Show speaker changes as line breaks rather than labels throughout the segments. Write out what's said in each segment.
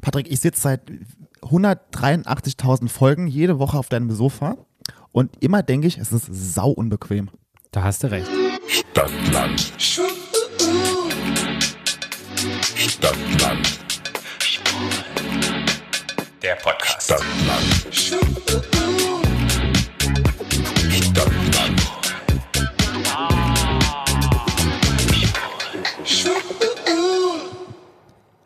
Patrick, ich sitze seit 183.000 Folgen jede Woche auf deinem Sofa und immer denke ich, es ist sau unbequem.
Da hast du recht.
Stadtland. Stadtland.
Der Podcast.
Stadtland. Stadtland.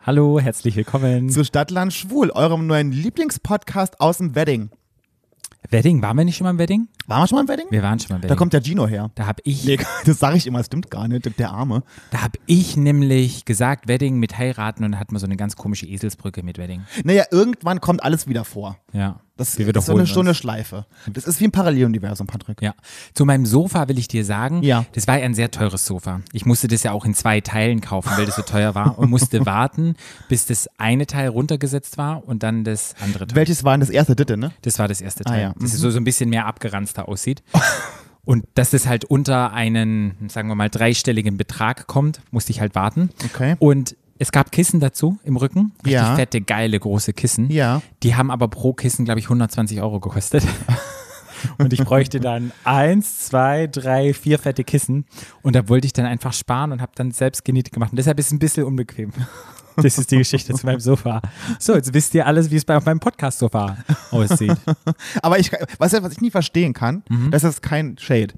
Hallo, herzlich willkommen.
Zu Stadtland Schwul, eurem neuen Lieblingspodcast aus dem Wedding.
Wedding, waren wir nicht schon mal im Wedding?
Waren wir schon mal im Wedding?
Wir waren schon mal im Wedding.
Da kommt der Gino her.
da habe ich,
Nee, das sage ich immer, das stimmt gar nicht, der Arme.
da hab ich nämlich gesagt, Wedding mit heiraten und dann hat man so eine ganz komische Eselsbrücke mit Wedding.
Naja, irgendwann kommt alles wieder vor.
Ja.
Das
Wir
ist so
wiederholen
eine
uns.
Stunde Schleife. Das ist wie ein Paralleluniversum, Patrick.
Ja. Zu meinem Sofa will ich dir sagen,
Ja.
das war ja ein sehr teures Sofa. Ich musste das ja auch in zwei Teilen kaufen, weil das so teuer war und musste warten, bis das eine Teil runtergesetzt war und dann das andere Teil.
Welches war denn das erste Ditte, ne?
Das war das erste
Ah,
Teil.
ja.
Dass es so, so ein bisschen mehr abgeranzter aussieht. Und dass es halt unter einen, sagen wir mal, dreistelligen Betrag kommt, musste ich halt warten.
Okay.
Und es gab Kissen dazu im Rücken. Richtig
Ja.
fette, geile, große Kissen.
Ja.
Die haben aber pro Kissen, glaube ich, 120 Euro gekostet. Und ich bräuchte dann eins, zwei, drei, vier fette Kissen. Und da wollte ich dann einfach sparen und habe dann selbst Genetik gemacht. Und deshalb ist es ein bisschen unbequem. Das ist die Geschichte zu meinem Sofa. So, jetzt wisst ihr alles, wie es bei auf meinem Podcast-Sofa aussieht.
Aber ich, weißt du, was ich nie verstehen kann?
Mhm.
Das ist kein Shade.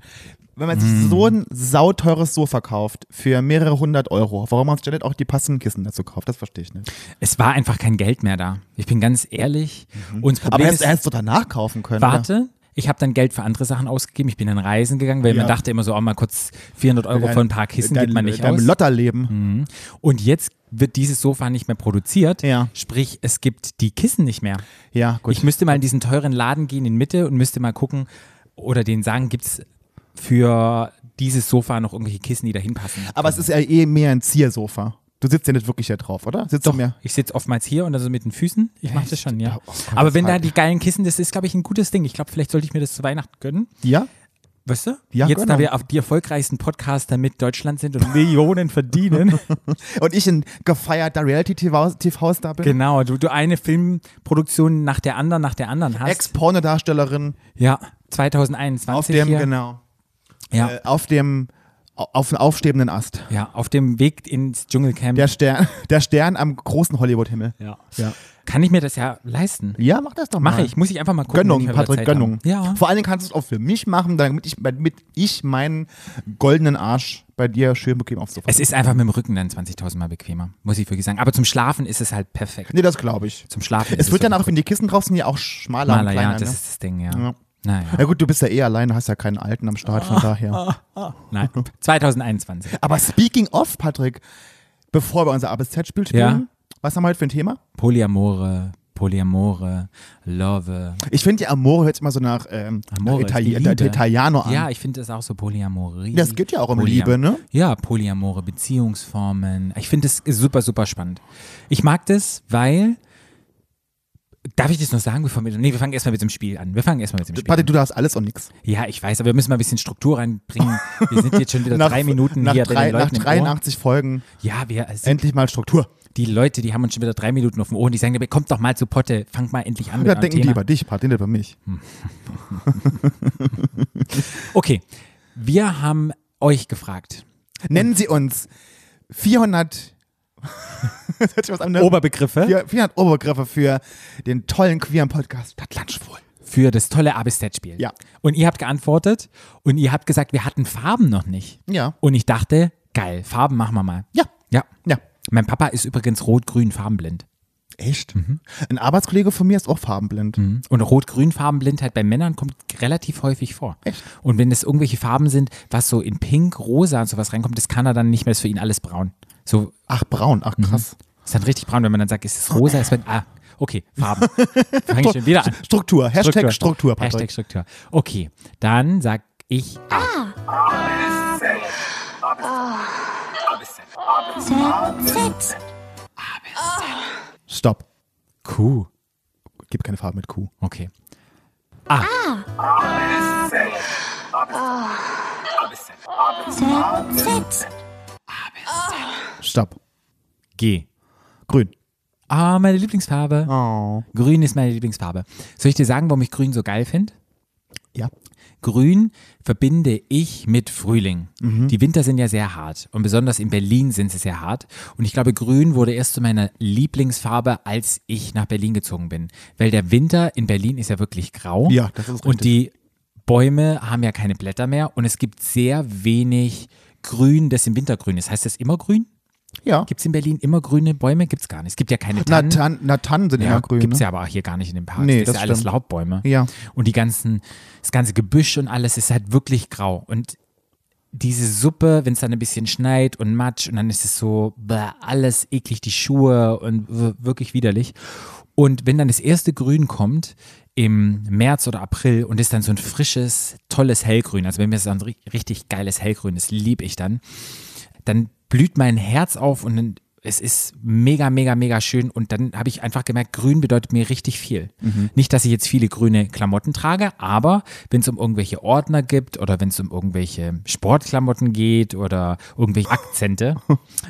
Wenn man sich so ein sauteures Sofa kauft für mehrere hundert Euro, warum man sich dann nicht auch die passenden Kissen dazu kauft, das verstehe ich nicht.
Es war einfach kein Geld mehr da. Ich bin ganz ehrlich. Und das
Mhm. Aber
Problem
hättest
ist,
du hättest du danach kaufen können. ne?
warte, ich habe dann Geld für andere Sachen ausgegeben. Ich bin dann reisen gegangen, weil
Ja.
man dachte immer so, oh, mal kurz 400 Euro
oder?
für ein paar Kissen
Dein-
gibt man nicht
deinem
aus. Mhm.
Lotterleben.
Und jetzt wird dieses Sofa nicht mehr produziert.
Ja.
Sprich, es gibt die Kissen nicht mehr.
Ja, gut.
Ich müsste mal in diesen teuren Laden gehen in Mitte und müsste mal gucken oder denen sagen, gibt es für dieses Sofa noch irgendwelche Kissen, die da hinpassen.
Aber es ist ja eh mehr ein Ziersofa. Du sitzt ja nicht wirklich hier drauf, oder? Sitzt du mehr?
Ich sitze oftmals hier und dann so mit den Füßen. Ich mache das halt. schon, ja.
Oh Gott,
Aber wenn da
Mann.
die geilen Kissen, das ist, glaube ich, ein gutes Ding. Ich glaube, vielleicht sollte ich mir das zu Weihnachten gönnen.
Ja?
Weißt du?
Ja,
Jetzt,
genau.
da wir auf die erfolgreichsten Podcaster mit Deutschland sind und Millionen verdienen.
Und ich ein gefeierter Reality-TV-Star bin?
genau, du, du eine Filmproduktion nach der anderen, nach der anderen hast.
Ex-Pornodarstellerin.
ja,
Auf
2021
dem,
hier.
genau.
ja,
Äh, auf dem, au- auf dem aufstrebenden Ast.
ja, auf dem Weg ins Dschungelcamp.
Der Stern, der Stern am großen Hollywood-Himmel.
Ja. Kann ich mir das ja leisten?
Ja, mach das doch mal.
Mache ich, muss ich einfach mal gucken. wenn
Gönnung,
ich mal wieder
Patrick,
Zeit habe.
Gönnung.
Ja.
Vor allen Dingen kannst du es auch für mich machen, damit ich, damit ich meinen goldenen Arsch bei dir schön bequem aufs Sofa.
Es ist einfach mit dem Rücken dann 20.000 Mal bequemer, muss ich wirklich sagen. Aber zum Schlafen ist es halt perfekt.
nee, das glaube ich.
Zum Schlafen ist
Es wird
so
dann auch, wenn die Kissen drauf sind, ja auch schmaler und
Maler,
kleiner.
ja, das
ne?
ist das Ding, ja.
Ja.
Naja,
ja gut, du bist ja eh alleine, hast ja keinen Alten am Start, von daher.
nein. 2021.
Aber speaking of, Patrick, bevor wir unser ABZ-Spiel spielen,
Ja.
was haben wir heute für ein Thema?
Polyamore, Polyamore, Love.
Ich finde ja Amore hört sich immer so nach, ähm, nach
Amore ist
Itali
die Liebe.
Italiano an.
Ja, ich finde es auch so Polyamorie.
Das geht ja auch um Liebe, ne?
Ja, Polyamore, Beziehungsformen. Ich finde es super, super spannend. Ich mag das, weil. Darf ich das noch sagen? Bevor wir, nee, wir fangen erstmal mit dem Spiel an. Wir fangen erstmal mit dem Spiel
Patrick, du darfst alles und nix.
an. Ja, ich weiß, aber wir müssen mal ein bisschen Struktur reinbringen. Wir sind jetzt schon wieder drei Minuten
nach
hier bei
drei,
den
Nach
Leuten im Ohr.
83 Folgen
Ja, wir, es sind
endlich mal Struktur.
die Leute, die haben uns schon wieder drei Minuten auf dem Ohr und die sagen, "Ja, kommt doch mal zu Potte, fangt mal endlich an mit
Da
eurem
denken
Thema.
die über dich, Patrick, nicht über mich.
Hm. Okay, wir haben euch gefragt.
Nennen sie uns 400 Das hört sich was an, ne?
Oberbegriffe?
Vier- 400 Obergriffe für den tollen queeren Podcast Stadtlandschwul.
für das tolle Abistat-Spiel.
Ja.
Und ihr habt geantwortet und ihr habt gesagt, wir hatten Farben noch nicht.
Ja.
Und ich dachte, geil, Farben machen wir mal.
Ja.
Ja.
Ja.
Mein Papa ist übrigens rot-grün farbenblind.
Echt?
Mhm.
Ein Arbeitskollege von mir ist auch farbenblind.
Und rot-grün Farbenblindheit bei Männern kommt relativ häufig vor.
Echt?
Und wenn es irgendwelche Farben sind, was so in pink, rosa und sowas reinkommt, das kann er dann nicht mehr, ist für ihn alles braun. So
Ach, braun, ach
Mhm.
krass.
ist dann richtig braun, wenn man dann sagt, ist es rosa, ist man, ah, okay, Farben. Fange ich schon wieder an.
Struktur, Hashtag Struktur, Patrick.
Hashtag Struktur. Okay, dann sag ich A.
Stopp.
Kuh.
Gib keine Farbe mit Q.
Okay.
Stopp.
G.
Grün.
Ah, meine Lieblingsfarbe.
Oh.
Grün ist meine Lieblingsfarbe. Soll ich dir sagen, warum ich Grün so geil finde?
Ja.
Grün verbinde ich mit Frühling.
Mhm.
Die Winter sind ja sehr hart und besonders in Berlin sind sie sehr hart. Und ich glaube, Grün wurde erst zu meiner Lieblingsfarbe, als ich nach Berlin gezogen bin. Weil der Winter in Berlin ist ja wirklich grau.
Ja, das ist
Und die Bäume haben ja keine Blätter mehr und es gibt sehr wenig Grün, das im Winter grün ist. Heißt das immer grün?
Ja.
Gibt es in Berlin immer grüne Bäume? Gibt es gar nicht. Es gibt ja keine
Na,
Tannen.
Tan na, Tannen sind
Ja,
immer grün.
Gibt es
ne?
ja aber auch hier gar nicht in dem Park.
Nee,
das ist
das
ja alles
stimmt.
Laubbäume.
Ja.
Und die ganzen, das ganze Gebüsch und alles ist halt wirklich grau. Und diese Suppe, wenn es dann ein bisschen schneit und matsch und dann ist es so bäh, alles eklig, die Schuhe und w- wirklich widerlich. Und wenn dann das erste Grün kommt im März oder April und ist dann so ein frisches, tolles Hellgrün, also wenn wir es dann ri- richtig geiles Hellgrün, das liebe ich dann, dann blüht mein Herz auf und dann, es ist mega, mega, mega schön. Und dann habe ich einfach gemerkt, grün bedeutet mir richtig viel.
Mhm.
Nicht, dass ich jetzt viele grüne Klamotten trage, aber wenn es um irgendwelche Ordner gibt oder wenn es um irgendwelche Sportklamotten geht oder irgendwelche Akzente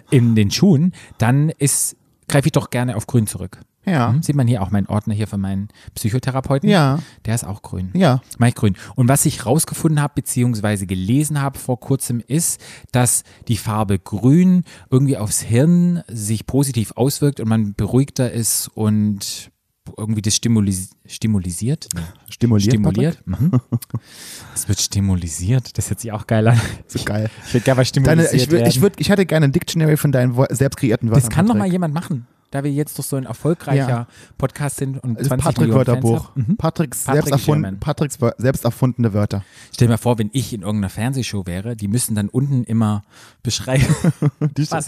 in den Schuhen, dann ist greife ich doch gerne auf grün zurück.
Ja.
Hm? Sieht man hier auch meinen Ordner hier von meinen Psychotherapeuten?
Ja.
Der ist auch grün.
Ja.
Mach ich grün. Und was ich rausgefunden habe, beziehungsweise gelesen habe vor kurzem, ist, dass die Farbe grün irgendwie aufs Hirn sich positiv auswirkt und man beruhigter ist und irgendwie das stimulis stimulisiert. Nee.
Stimuliert.
Stimuliert. Mhm. Es wird stimulisiert. Das hört sich auch geil an.
So geil.
Ich würde gerne mal stimulisiert
Deine, ich, wür-
werden.
ich, würd, ich hätte gerne ein Dictionary von deinen Wo- selbst kreierten Wörtern.
das kann doch mal
Patrick.
jemand machen. Da wir jetzt doch so ein erfolgreicher
Ja.
Podcast sind und
Also
20
Patrick
Millionen Fans
Wörterbuch.
haben. Mhm.
Patricks,
Patrick
selbst erfunden,
Sherman.
Patricks Wör- selbst erfundene Wörter.
Stell dir mal vor, wenn ich in irgendeiner Fernsehshow wäre, die müssen dann unten immer beschreiben, was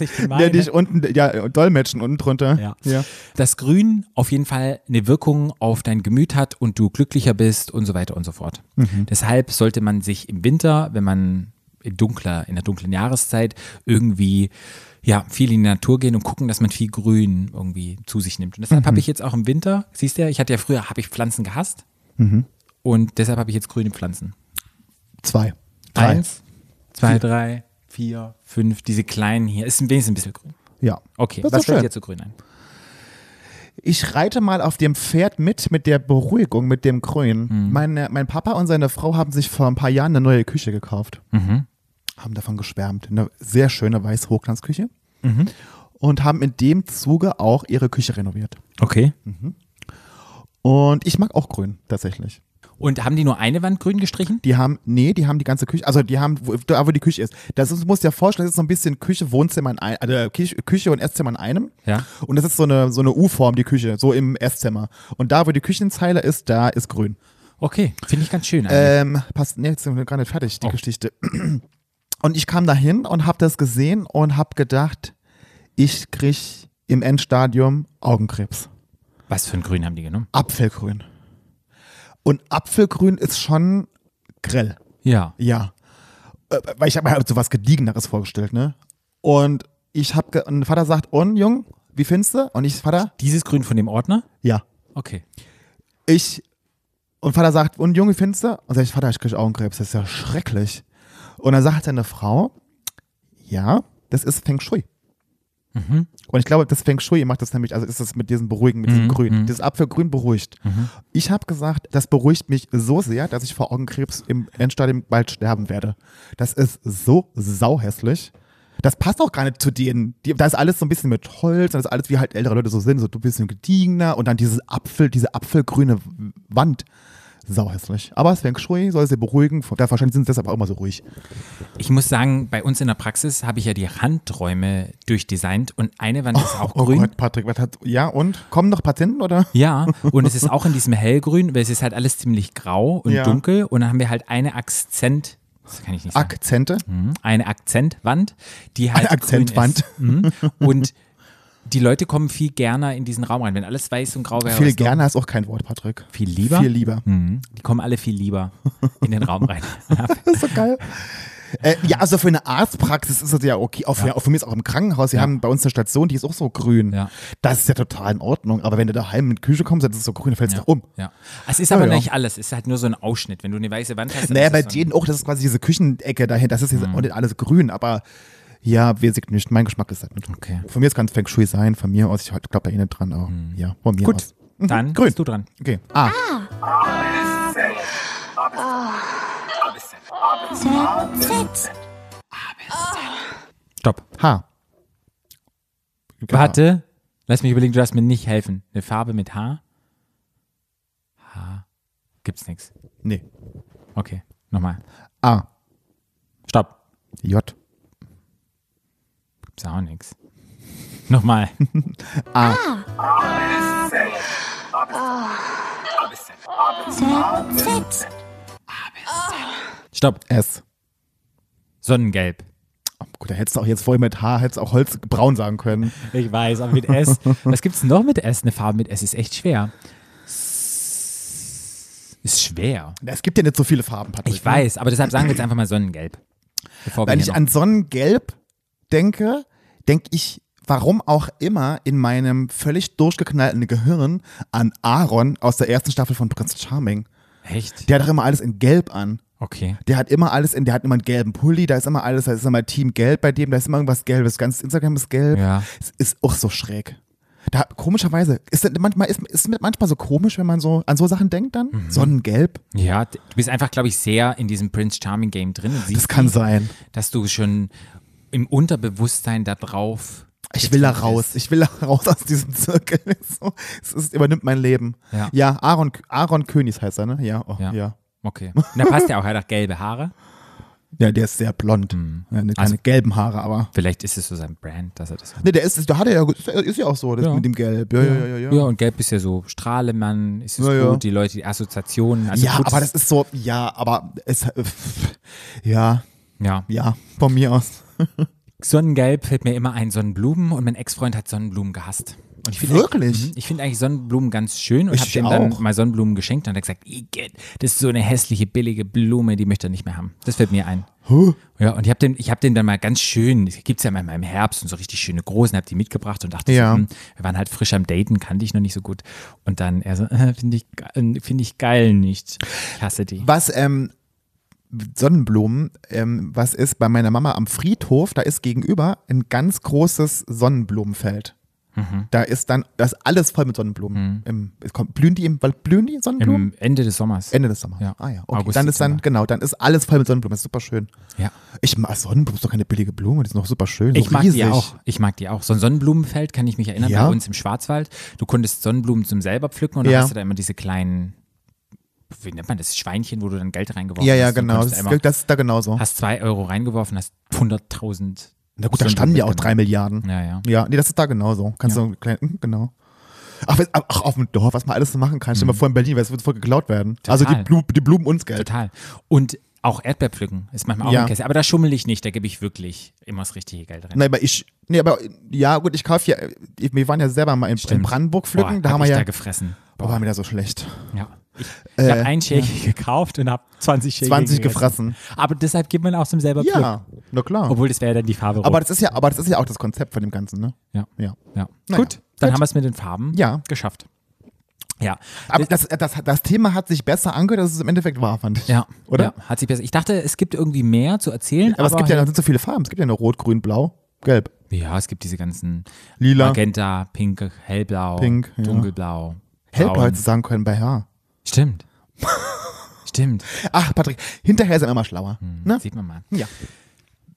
ich meine.
Ja, dich unten, ja, dolmetschen unten drunter.
Ja. Dass Grün auf jeden Fall eine Wirkung auf dein Gemüt hat und du glücklicher bist und so weiter und so fort. Deshalb sollte man sich im Winter, wenn man in dunkler, in der dunklen Jahreszeit irgendwie ja, viel in die Natur gehen und gucken, dass man viel Grün irgendwie zu sich nimmt. Und deshalb habe ich jetzt auch im Winter, siehst du ja, ich hatte ja früher, habe ich Pflanzen gehasst und deshalb habe ich jetzt grüne Pflanzen.
Zwei. Drei.
Eins, zwei, drei, vier, fünf, diese kleinen hier. Ist wenigstens ein bisschen grün.
Ja.
Okay,
Das ist
was
doch
fällt
schön.
dir zu grün ein?
Ich reite mal auf dem Pferd mit, mit der Beruhigung, mit dem Grün.
Mhm.
Meine, mein Papa und seine Frau haben sich vor ein paar Jahren eine neue Küche gekauft.
Mhm.
Haben davon geschwärmt. Eine sehr schöne Weiß-Hochglanzküche.
Mhm.
Und haben in dem Zuge auch ihre Küche renoviert.
Okay.
Und ich mag auch Grün, tatsächlich.
Und haben die nur eine Wand grün gestrichen?
Die haben, nee, die haben die ganze Küche, also die haben, wo, da wo die Küche ist. Das ist, muss dir vorstellen, das ist so ein bisschen Küche, Wohnzimmer in einem, also Küche, Küche und Esszimmer in einem.
Ja.
Und das ist so eine, so eine U-Form, die Küche, so im Esszimmer. Und da, wo die Küchenzeile ist, da ist grün.
Okay, finde ich ganz schön.
Ähm,
eigentlich.
passt, nee, jetzt sind wir gar nicht fertig, die
Oh.
Geschichte. Und ich kam dahin und habe das gesehen und habe gedacht, ich krieg im Endstadium Augenkrebs.
Was für ein Grün haben die genommen?
Apfelgrün. Und Apfelgrün ist schon grell.
Ja.
Ja. Äh, Weil ich habe mir halt so was Gediegeneres vorgestellt, ne? Und ich habe, und Vater sagt, und Jung, wie findest du? Und ich, Vater,
Dieses Grün von dem Ordner?
ja.
Okay.
Ich, und Vater sagt, und Junge, wie findest du? Und sag ich, Vater, ich krieg Augenkrebs, das ist ja schrecklich. Und dann sagt seine Frau, ja, das ist Feng Shui. Und ich glaube, das Feng Shui macht das nämlich, also ist das mit diesem Beruhigen, mit diesem Grün. Das Apfelgrün beruhigt. Ich habe gesagt, das beruhigt mich so sehr, dass ich vor Augenkrebs im Endstadium bald sterben werde. Das ist so sauhässlich. Das passt auch gar nicht zu denen. Die, da ist alles so ein bisschen mit Holz und das ist alles, wie halt ältere Leute so sind, so ein bisschen gediegener und dann dieses Apfel, diese apfelgrüne Wand. Sauhässlich. Aber es Feng Shui soll sie beruhigen. Da wahrscheinlich sind sie deshalb auch immer so ruhig.
Ich muss sagen, bei uns in der Praxis habe ich ja die Handräume durchdesignt und eine Wand ist auch grün.
Oh, Gott, Patrick, was hat, ja und? Kommen noch Patienten oder?
Ja, und es ist auch in diesem hellgrün, weil es ist halt alles ziemlich grau und
Ja.
dunkel und dann haben wir halt eine Akzent, das kann ich nicht sagen,
Akzente?
Mhm. eine Akzentwand, die halt
Eine Akzentwand.
grün ist. Mhm. Und die Leute kommen viel gerne in diesen Raum rein, wenn alles weiß und grau wäre.
Viel
was doch-
gerne ist auch kein Wort, Patrick.
Viel lieber?
Viel lieber.
Mhm. Die kommen alle viel lieber in den Raum rein.
Das ist so geil. Äh, ja, also für eine Arztpraxis ist das ja okay. Auch für, auch für mich ist auch im Krankenhaus. Wir haben bei uns eine Station, die ist auch so grün.
Ja.
Das ist ja total in Ordnung. Aber wenn du daheim mit Küche kommst, dann ist es so grün, dann fällst du
Ja.
um.
Ja. Es ist aber
Ja, ja.
nicht alles. Es ist halt nur so ein Ausschnitt. Wenn du eine weiße Wand hast, dann
Naja,
ist
bei
das so Mhm. ein-
denen auch, das ist quasi diese Küchenecke dahin. Das ist jetzt auch nicht alles grün, aber Ja, wir sind nicht. Mein Geschmack ist halt nicht.
Okay.
Von mir ist ganz Feng Shui sein, von mir aus. Ich halt, glaube da eh nicht dran, aber ja, von mir
Gut,
aus. Mhm,
dann
grün.
bist du dran.
Okay. Ah,
Stopp.
H. Genau.
Warte, lass mich überlegen, du darfst mir nicht helfen. Eine Farbe mit H? H. Gibt's nichts.
Nee.
Okay, nochmal.
A.
Stopp.
J.
Gibt's auch nichts. Nochmal.
Ah.
Ah.
Ah.
Stopp.
S.
Sonnengelb.
Oh, gut, da hättest du auch jetzt vorher mit H, hättest du auch Holzbraun sagen können.
Ich weiß, aber mit S. Was gibt's denn noch mit S? Eine Farbe mit S ist echt schwer. S- Ist schwer.
Es gibt ja nicht so viele Farben, Patrick.
Ich weiß, aber deshalb sagen wir jetzt einfach mal Sonnengelb. Bevor wir
Wenn
hier
ich
noch-
an Sonnengelb denke, denke ich, warum auch immer, in meinem völlig durchgeknallten Gehirn an Aaron aus der ersten Staffel von Prince Charming.
Echt?
Der hat doch immer alles in Gelb an.
Okay.
Der hat immer alles in, der hat immer einen gelben Pulli, da ist immer alles, da ist immer Team Gelb bei dem, da ist immer irgendwas Gelbes, ganz Instagram ist gelb.
Ja.
Es ist auch so schräg. Da, komischerweise, ist das manchmal, ist, ist mit manchmal so komisch, wenn man so an so Sachen denkt dann?
Mhm.
Sonnengelb?
Ja, d- du bist einfach, glaube ich, sehr in diesem Prince Charming Game drin und siehst,
Das kann sein.
dass du schon im Unterbewusstsein da drauf.
Ich will da
getrimmt
raus.
bist.
Ich will da raus aus diesem Zirkel. So, es ist, übernimmt mein Leben.
Ja.
Aaron, Aaron Königs heißt er, ne? Ja, oh, ja.
Ja.
ja.
Okay. Und da passt ja auch, er hat auch gelbe Haare.
der ist sehr blond. Ja, ne, keine
Also-
gelben Haare, aber.
Vielleicht ist es so sein Brand, dass er das
Ne, der ist, der hat er ja, ist ja auch so, das
Ja.
mit dem Gelb. Ja, ja, ja, ja. ja.
Ja, und Gelb ist ja so Strahlemann, ist es
Ja, ja.
gut, die Leute, die Assoziationen. Also
ja,
gut,
aber das ist so, ja, aber es, äh, ja,
Ja.
ja, von mir aus.
Sonnengelb fällt mir immer ein, Sonnenblumen und mein Ex-Freund hat Sonnenblumen gehasst. Und ich find
Wirklich?
eigentlich- Mhm, Ich finde eigentlich Sonnenblumen ganz schön und
Ich
habe dem dann
auch.
mal Sonnenblumen geschenkt und hat er gesagt, "Igitt, das ist so eine hässliche, billige Blume, die möchte er nicht mehr haben. Das fällt mir ein. Ja, und ich habe den, ich hab den dann mal ganz schön, gibt es ja manchmal im Herbst und so richtig schöne großen, habe die mitgebracht und dachte,
Ja.
so, hm, wir waren halt frisch am Daten, kannte ich noch nicht so gut. Und dann er so, äh, finde ich, ge- find ich geil nicht. Ich hasse die.
Was, ähm, Sonnenblumen, ähm, was ist bei meiner Mama am Friedhof, da ist gegenüber ein ganz großes Sonnenblumenfeld.
Mhm.
Da ist dann, das ist alles voll mit Sonnenblumen. Im, es kommt, blühen die im, weil blühen die Sonnenblumen?
Im Ende des Sommers.
Ende des Sommers.
Ja.
Ah ja, okay.
August,
dann ist dann,
September.
genau, dann ist alles voll mit Sonnenblumen. Das ist super schön.
Ja.
Ich mag Sonnenblumen, ist doch keine billige Blume, die ist noch super schön. So
Ich mag
riesig.
die auch. Ich mag die auch. So ein Sonnenblumenfeld kann ich mich erinnern
Ja?
bei uns im Schwarzwald. Du konntest Sonnenblumen zum selber pflücken und dann
Ja.
hast du da immer diese kleinen, wie nennt man das, Schweinchen, wo du dann Geld reingeworfen
Ja, ja,
hast. und
genau.
konntest
Das
da
ist,
immer,
das ist da genauso.
hast zwei Euro reingeworfen, hast 100.000.
Na gut, da standen ja auch drei
Sonnenblumen
Milliarden.
mitgenommen. Ja, ja.
Ja, nee, das ist da genauso. Kannst du klein, hm, genau. Ach, weißt- ach, auf dem Dorf, was man alles so machen kann. Stell dir mal vor, in Berlin, weil es wird voll geklaut werden. Also die,
Hm. Total.
Blu die Blumen uns Geld.
Total. Und auch Erdbeer pflücken ist manchmal auch
Ja.
ein Käse. Aber da schummel ich nicht, da gebe ich wirklich immer das richtige Geld rein.
Nein, aber ich, nee, aber ja, gut, ich kaufe ja, ich- wir waren ja selber mal in, in Brandenburg
Boah,
pflücken,
hab
da haben wir
ich
ja, Oh, Äh,
da gefressen.
boah, waren wir da so schlecht.
Ja. Ich, ich habe einen Schälchen gekauft und habe 20 Schälchen
20
gegessen. Aber deshalb geht man auch zum selber pflücken.
Ja, na klar.
Obwohl, das wäre ja dann die Farbe rot.
aber das ist ja, aber das ist ja auch das Konzept von dem Ganzen, ne?
ja.
Ja.
Ja.
Naja.
Gut, dann
Gut.
haben wir es mit den Farben
Ja.
geschafft. Ja.
Aber das, das, das Thema hat sich besser angehört, als es im Endeffekt war, fand ich.
ja,
Oder?
Ja, hat sich besser. Ich dachte, es gibt irgendwie mehr zu erzählen.
Aber, es gibt ja, da sind so viele Farben. Es gibt ja nur Rot, Grün, Blau, Gelb,
ja, es gibt diese ganzen
Lila.
Magenta, Pink, Hellblau,
Pink, ja.
Dunkelblau.
Hellblau
braun.
hätte sagen können bei Haar.
Stimmt. Stimmt.
Ach, Patrick, hinterher sind wir immer schlauer. Ne?
Sieht man mal.
Ja.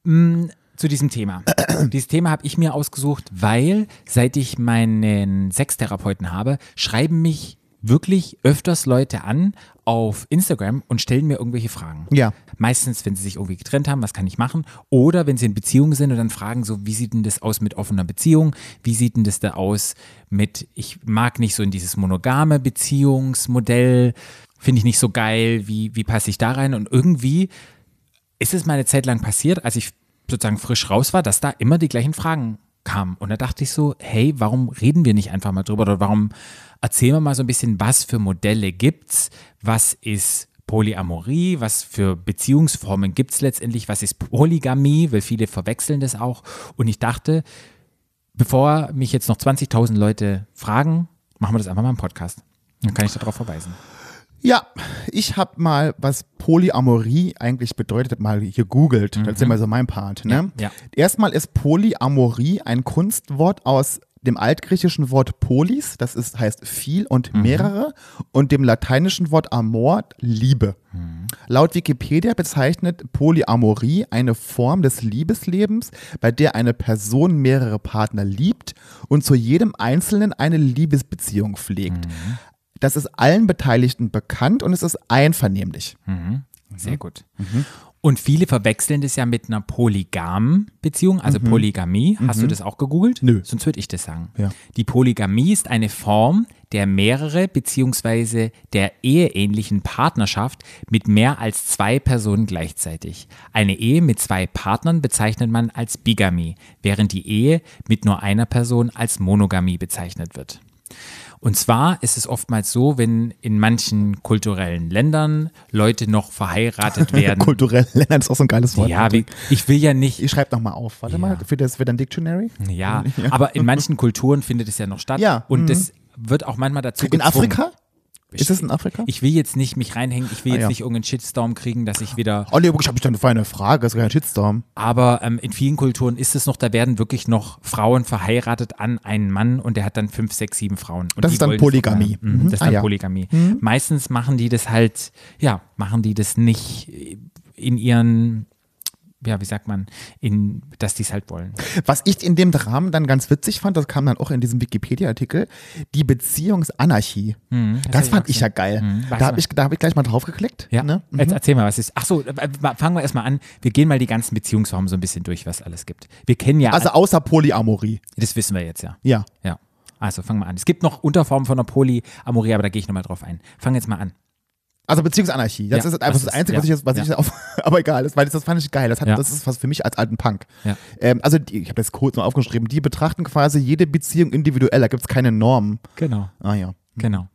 Mm, zu diesem Thema. Dieses Thema habe ich mir ausgesucht, weil seit ich meinen Sextherapeuten habe, schreiben mich wirklich öfters Leute an auf Instagram und stellen mir irgendwelche Fragen.
Ja.
Meistens, wenn sie sich irgendwie getrennt haben, was kann ich machen? Oder wenn sie in Beziehung sind und dann fragen so, wie sieht denn das aus mit offener Beziehung? Wie sieht denn das da aus mit, ich mag nicht so in dieses monogame Beziehungsmodell, finde ich nicht so geil, wie, wie passe ich da rein? Und irgendwie ist es mal eine Zeit lang passiert, als ich sozusagen frisch raus war, dass da immer die gleichen Fragen kamen. Und da dachte ich so, hey, warum reden wir nicht einfach mal drüber oder warum erzählen wir mal so ein bisschen, was für Modelle gibt's, was ist Polyamorie, was für Beziehungsformen gibt's letztendlich, was ist Polygamie, weil viele verwechseln das auch. Und ich dachte, bevor mich jetzt noch 20.000 Leute fragen, machen wir das einfach mal im Podcast. Dann kann ich darauf verweisen.
Ja, ich habe mal, was Polyamorie eigentlich bedeutet, mal gegoogelt. Das ist ja mal so mein Part. Ne?
Mhm. Ja, ja.
Erstmal ist Polyamorie ein Kunstwort aus dem altgriechischen Wort polis, das ist, heißt viel und
Mhm.
mehrere, und dem lateinischen Wort amor, Liebe.
Mhm.
Laut Wikipedia bezeichnet Polyamorie eine Form des Liebeslebens, bei der eine Person mehrere Partner liebt und zu jedem Einzelnen eine Liebesbeziehung pflegt.
Mhm.
Das ist allen Beteiligten bekannt und es ist einvernehmlich.
Hm. Sehr
Mhm.
gut. Und viele verwechseln das ja mit einer Polygam-Beziehung, also Polygamie. Hast du das auch gegoogelt?
Mhm. Nö.
Sonst würde ich das sagen.
Ja.
Die Polygamie ist eine Form der mehrere beziehungsweise der eheähnlichen Partnerschaft mit mehr als zwei Personen gleichzeitig. Eine Ehe mit zwei Partnern bezeichnet man als Bigamie, während die Ehe mit nur einer Person als Monogamie bezeichnet wird. Und zwar ist es oftmals so, wenn in manchen kulturellen Ländern Leute noch verheiratet werden.
Kulturell, Lennart ist auch so ein geiles Wort.
ja, wie, ich will ja nicht.
ich schreibe nochmal auf. Warte mal, für das für dein Dictionary.
Ja, aber in manchen Kulturen findet es ja noch statt.
Ja,
Und
mhm.
das wird auch manchmal dazu
In
gezwungen.
Afrika? Ist es in Afrika?
Ich will jetzt nicht mich reinhängen, ich will
Ah,
jetzt
ja.
nicht irgendeinen Shitstorm kriegen, dass ich wieder.
Oh nee, übrigens habe ich da eine feine Frage, das ist kein Shitstorm.
Aber ähm, in vielen Kulturen ist es noch, da werden wirklich noch Frauen verheiratet an einen Mann und der hat dann fünf, sechs, sieben Frauen. Und
das
die
ist dann
wollen verheiraten.
Polygamie.
Mhm. Das ist
Ah,
dann
ja.
Polygamie. Meistens machen die das halt, ja, machen die das nicht in ihren, ja, wie sagt man, in, dass die es halt wollen.
Was ich in dem Rahmen dann ganz witzig fand, das kam dann auch in diesem Wikipedia-Artikel, die Beziehungsanarchie.
Hm, hab
das
ich auch
fand ich
gesehen.
ja geil.
Mhm, weiß
Da habe
man.
ich, da hab ich gleich mal drauf geklickt.
Ja,
Ne?
jetzt erzähl mal, was ist. Ach so, äh, fangen wir erstmal an. Wir gehen mal die ganzen Beziehungsformen so ein bisschen durch, was alles gibt. Wir kennen ja,
Also außer Polyamorie.
das wissen wir jetzt ja.
Ja.
Ja. Also fangen wir an. Es gibt noch Unterformen von der Polyamorie, aber da gehe ich nochmal drauf ein. Fang jetzt mal an.
Also Beziehungsanarchie. Das
Ja,
ist einfach
das
das,
ist-
Einzige, was ich
ja,
jetzt, was
ja.
ich jetzt auf, aber egal, das, weil das, das fand ich geil. Das, hat,
Ja.
das ist was für mich als alten Punk.
Ja.
Ähm, also die, ich habe das kurz mal aufgeschrieben, die betrachten quasi jede Beziehung individuell, da gibt es keine Normen.
Genau.
Ah ja.
Genau.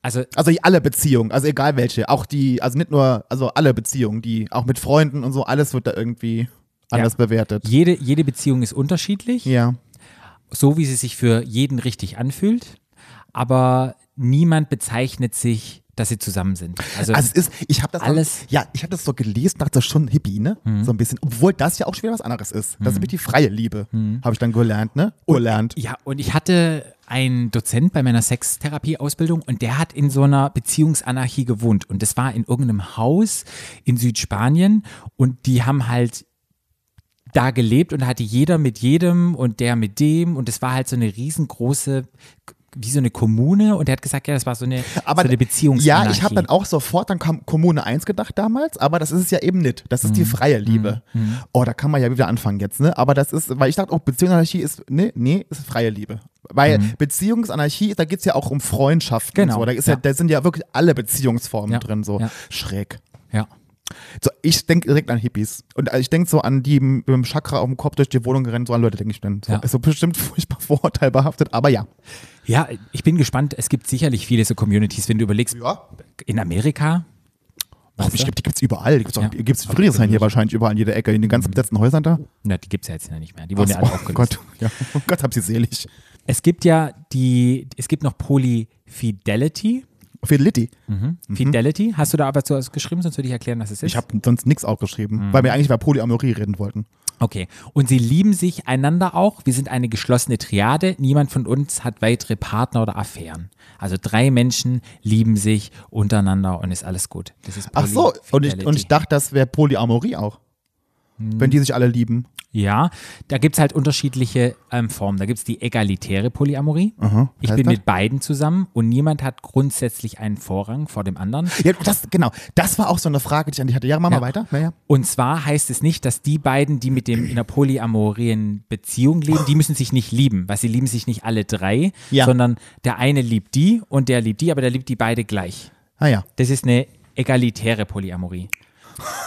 Also,
Also alle Beziehungen, also egal welche, auch die, also nicht nur, also alle Beziehungen, die auch mit Freunden und so, alles wird da irgendwie anders bewertet.
jede, jede Beziehung ist unterschiedlich,
Ja.
so wie sie sich für jeden richtig anfühlt, aber niemand bezeichnet sich, dass sie zusammen sind. Also,
Also es ist, ich habe das
Alles- Mhm.
ja, ich habe das so gelesen, dachte das ist schon Hippie, ne? So ein bisschen, obwohl das ja auch schon wieder was anderes ist. Das ist nämlich die freie Liebe, habe ich dann gelernt, ne? Gelernt.
Ja, Mhm. und ich hatte einen Dozent bei meiner Sextherapie-Ausbildung und der hat in so einer Beziehungsanarchie gewohnt. Und das war in irgendeinem Haus in Südspanien und die haben halt da gelebt und da hatte jeder mit jedem und der mit dem und es war halt so eine riesengroße, wie so eine Kommune und der hat gesagt, ja, das war so eine, so eine Beziehungsanarchie.
Ja, ich habe dann auch sofort dann kam Kommune 1 gedacht damals, aber das ist es ja eben nicht. Das ist
Mhm.
die freie Liebe. Oh, da kann man ja wieder anfangen jetzt, ne? Aber das ist, weil ich dachte auch, Beziehungsanarchie ist, ne, nee, ist freie Liebe. Weil Beziehungsanarchie, da geht es ja auch um Freundschaften
Mhm. Genau,
und so. Da, ist ja.
ja.
da sind ja wirklich alle Beziehungsformen
Ja,
drin, so
ja.
schräg.
Ja.
So, ich denke direkt an Hippies. Und äh, ich denke so an die mit dem Chakra auf dem Kopf durch die Wohnung rennen, so an Leute denke ich dann. So,
Ja.
Ist so bestimmt furchtbar vorurteilbehaftet, aber ja.
ja, ich bin gespannt. Es gibt sicherlich viele so Communities, wenn du überlegst,
Ja.
in Amerika,
Ach, ich glaube, die gibt's überall. Die gibt's auch,
Ja.
die gibt's in Friedrichshain hier wahrscheinlich überall in jeder Ecke, in den ganzen besetzten Häusern da.
na, die gibt es ja jetzt ja nicht mehr, die wurden ja alle
Ach so, oh
aufgelöst.
Gott, ja. oh Gott hab sie selig.
Es gibt ja die, es gibt noch Polyfidelity.
Fidelity.
Fidelity, hast du da aber zu was geschrieben, sonst würde ich Mhm. erklären, was es ist.
Mhm. Ich habe sonst nichts aufgeschrieben, weil wir eigentlich über Polyamorie reden wollten.
okay. Und sie lieben sich einander auch. Wir sind eine geschlossene Triade. Niemand von uns hat weitere Partner oder Affären. Also drei Menschen lieben sich untereinander und ist alles gut. Das ist
Ach so, und ich,
Polyfidelity.
und ich dachte, das wäre Polyamorie auch.
Mhm.
Wenn die sich alle lieben.
Ja, da gibt es halt unterschiedliche ähm, Formen. Da gibt es die egalitäre Polyamorie. Ich
heißt
bin
das?
mit beiden zusammen und niemand hat grundsätzlich einen Vorrang vor dem anderen.
Ja, das, genau. Das war auch so eine Frage, die ich an dich hatte. Ja, mach mal
Ja.
weiter. Na, ja.
Und zwar heißt es nicht, dass die beiden, die mit dem in einer polyamorien Beziehung leben, die müssen sich nicht lieben, weil sie lieben sich nicht alle drei,
Ja.
sondern der eine liebt die und der liebt die, aber der liebt die beide gleich.
Ah ja.
Das ist eine egalitäre Polyamorie.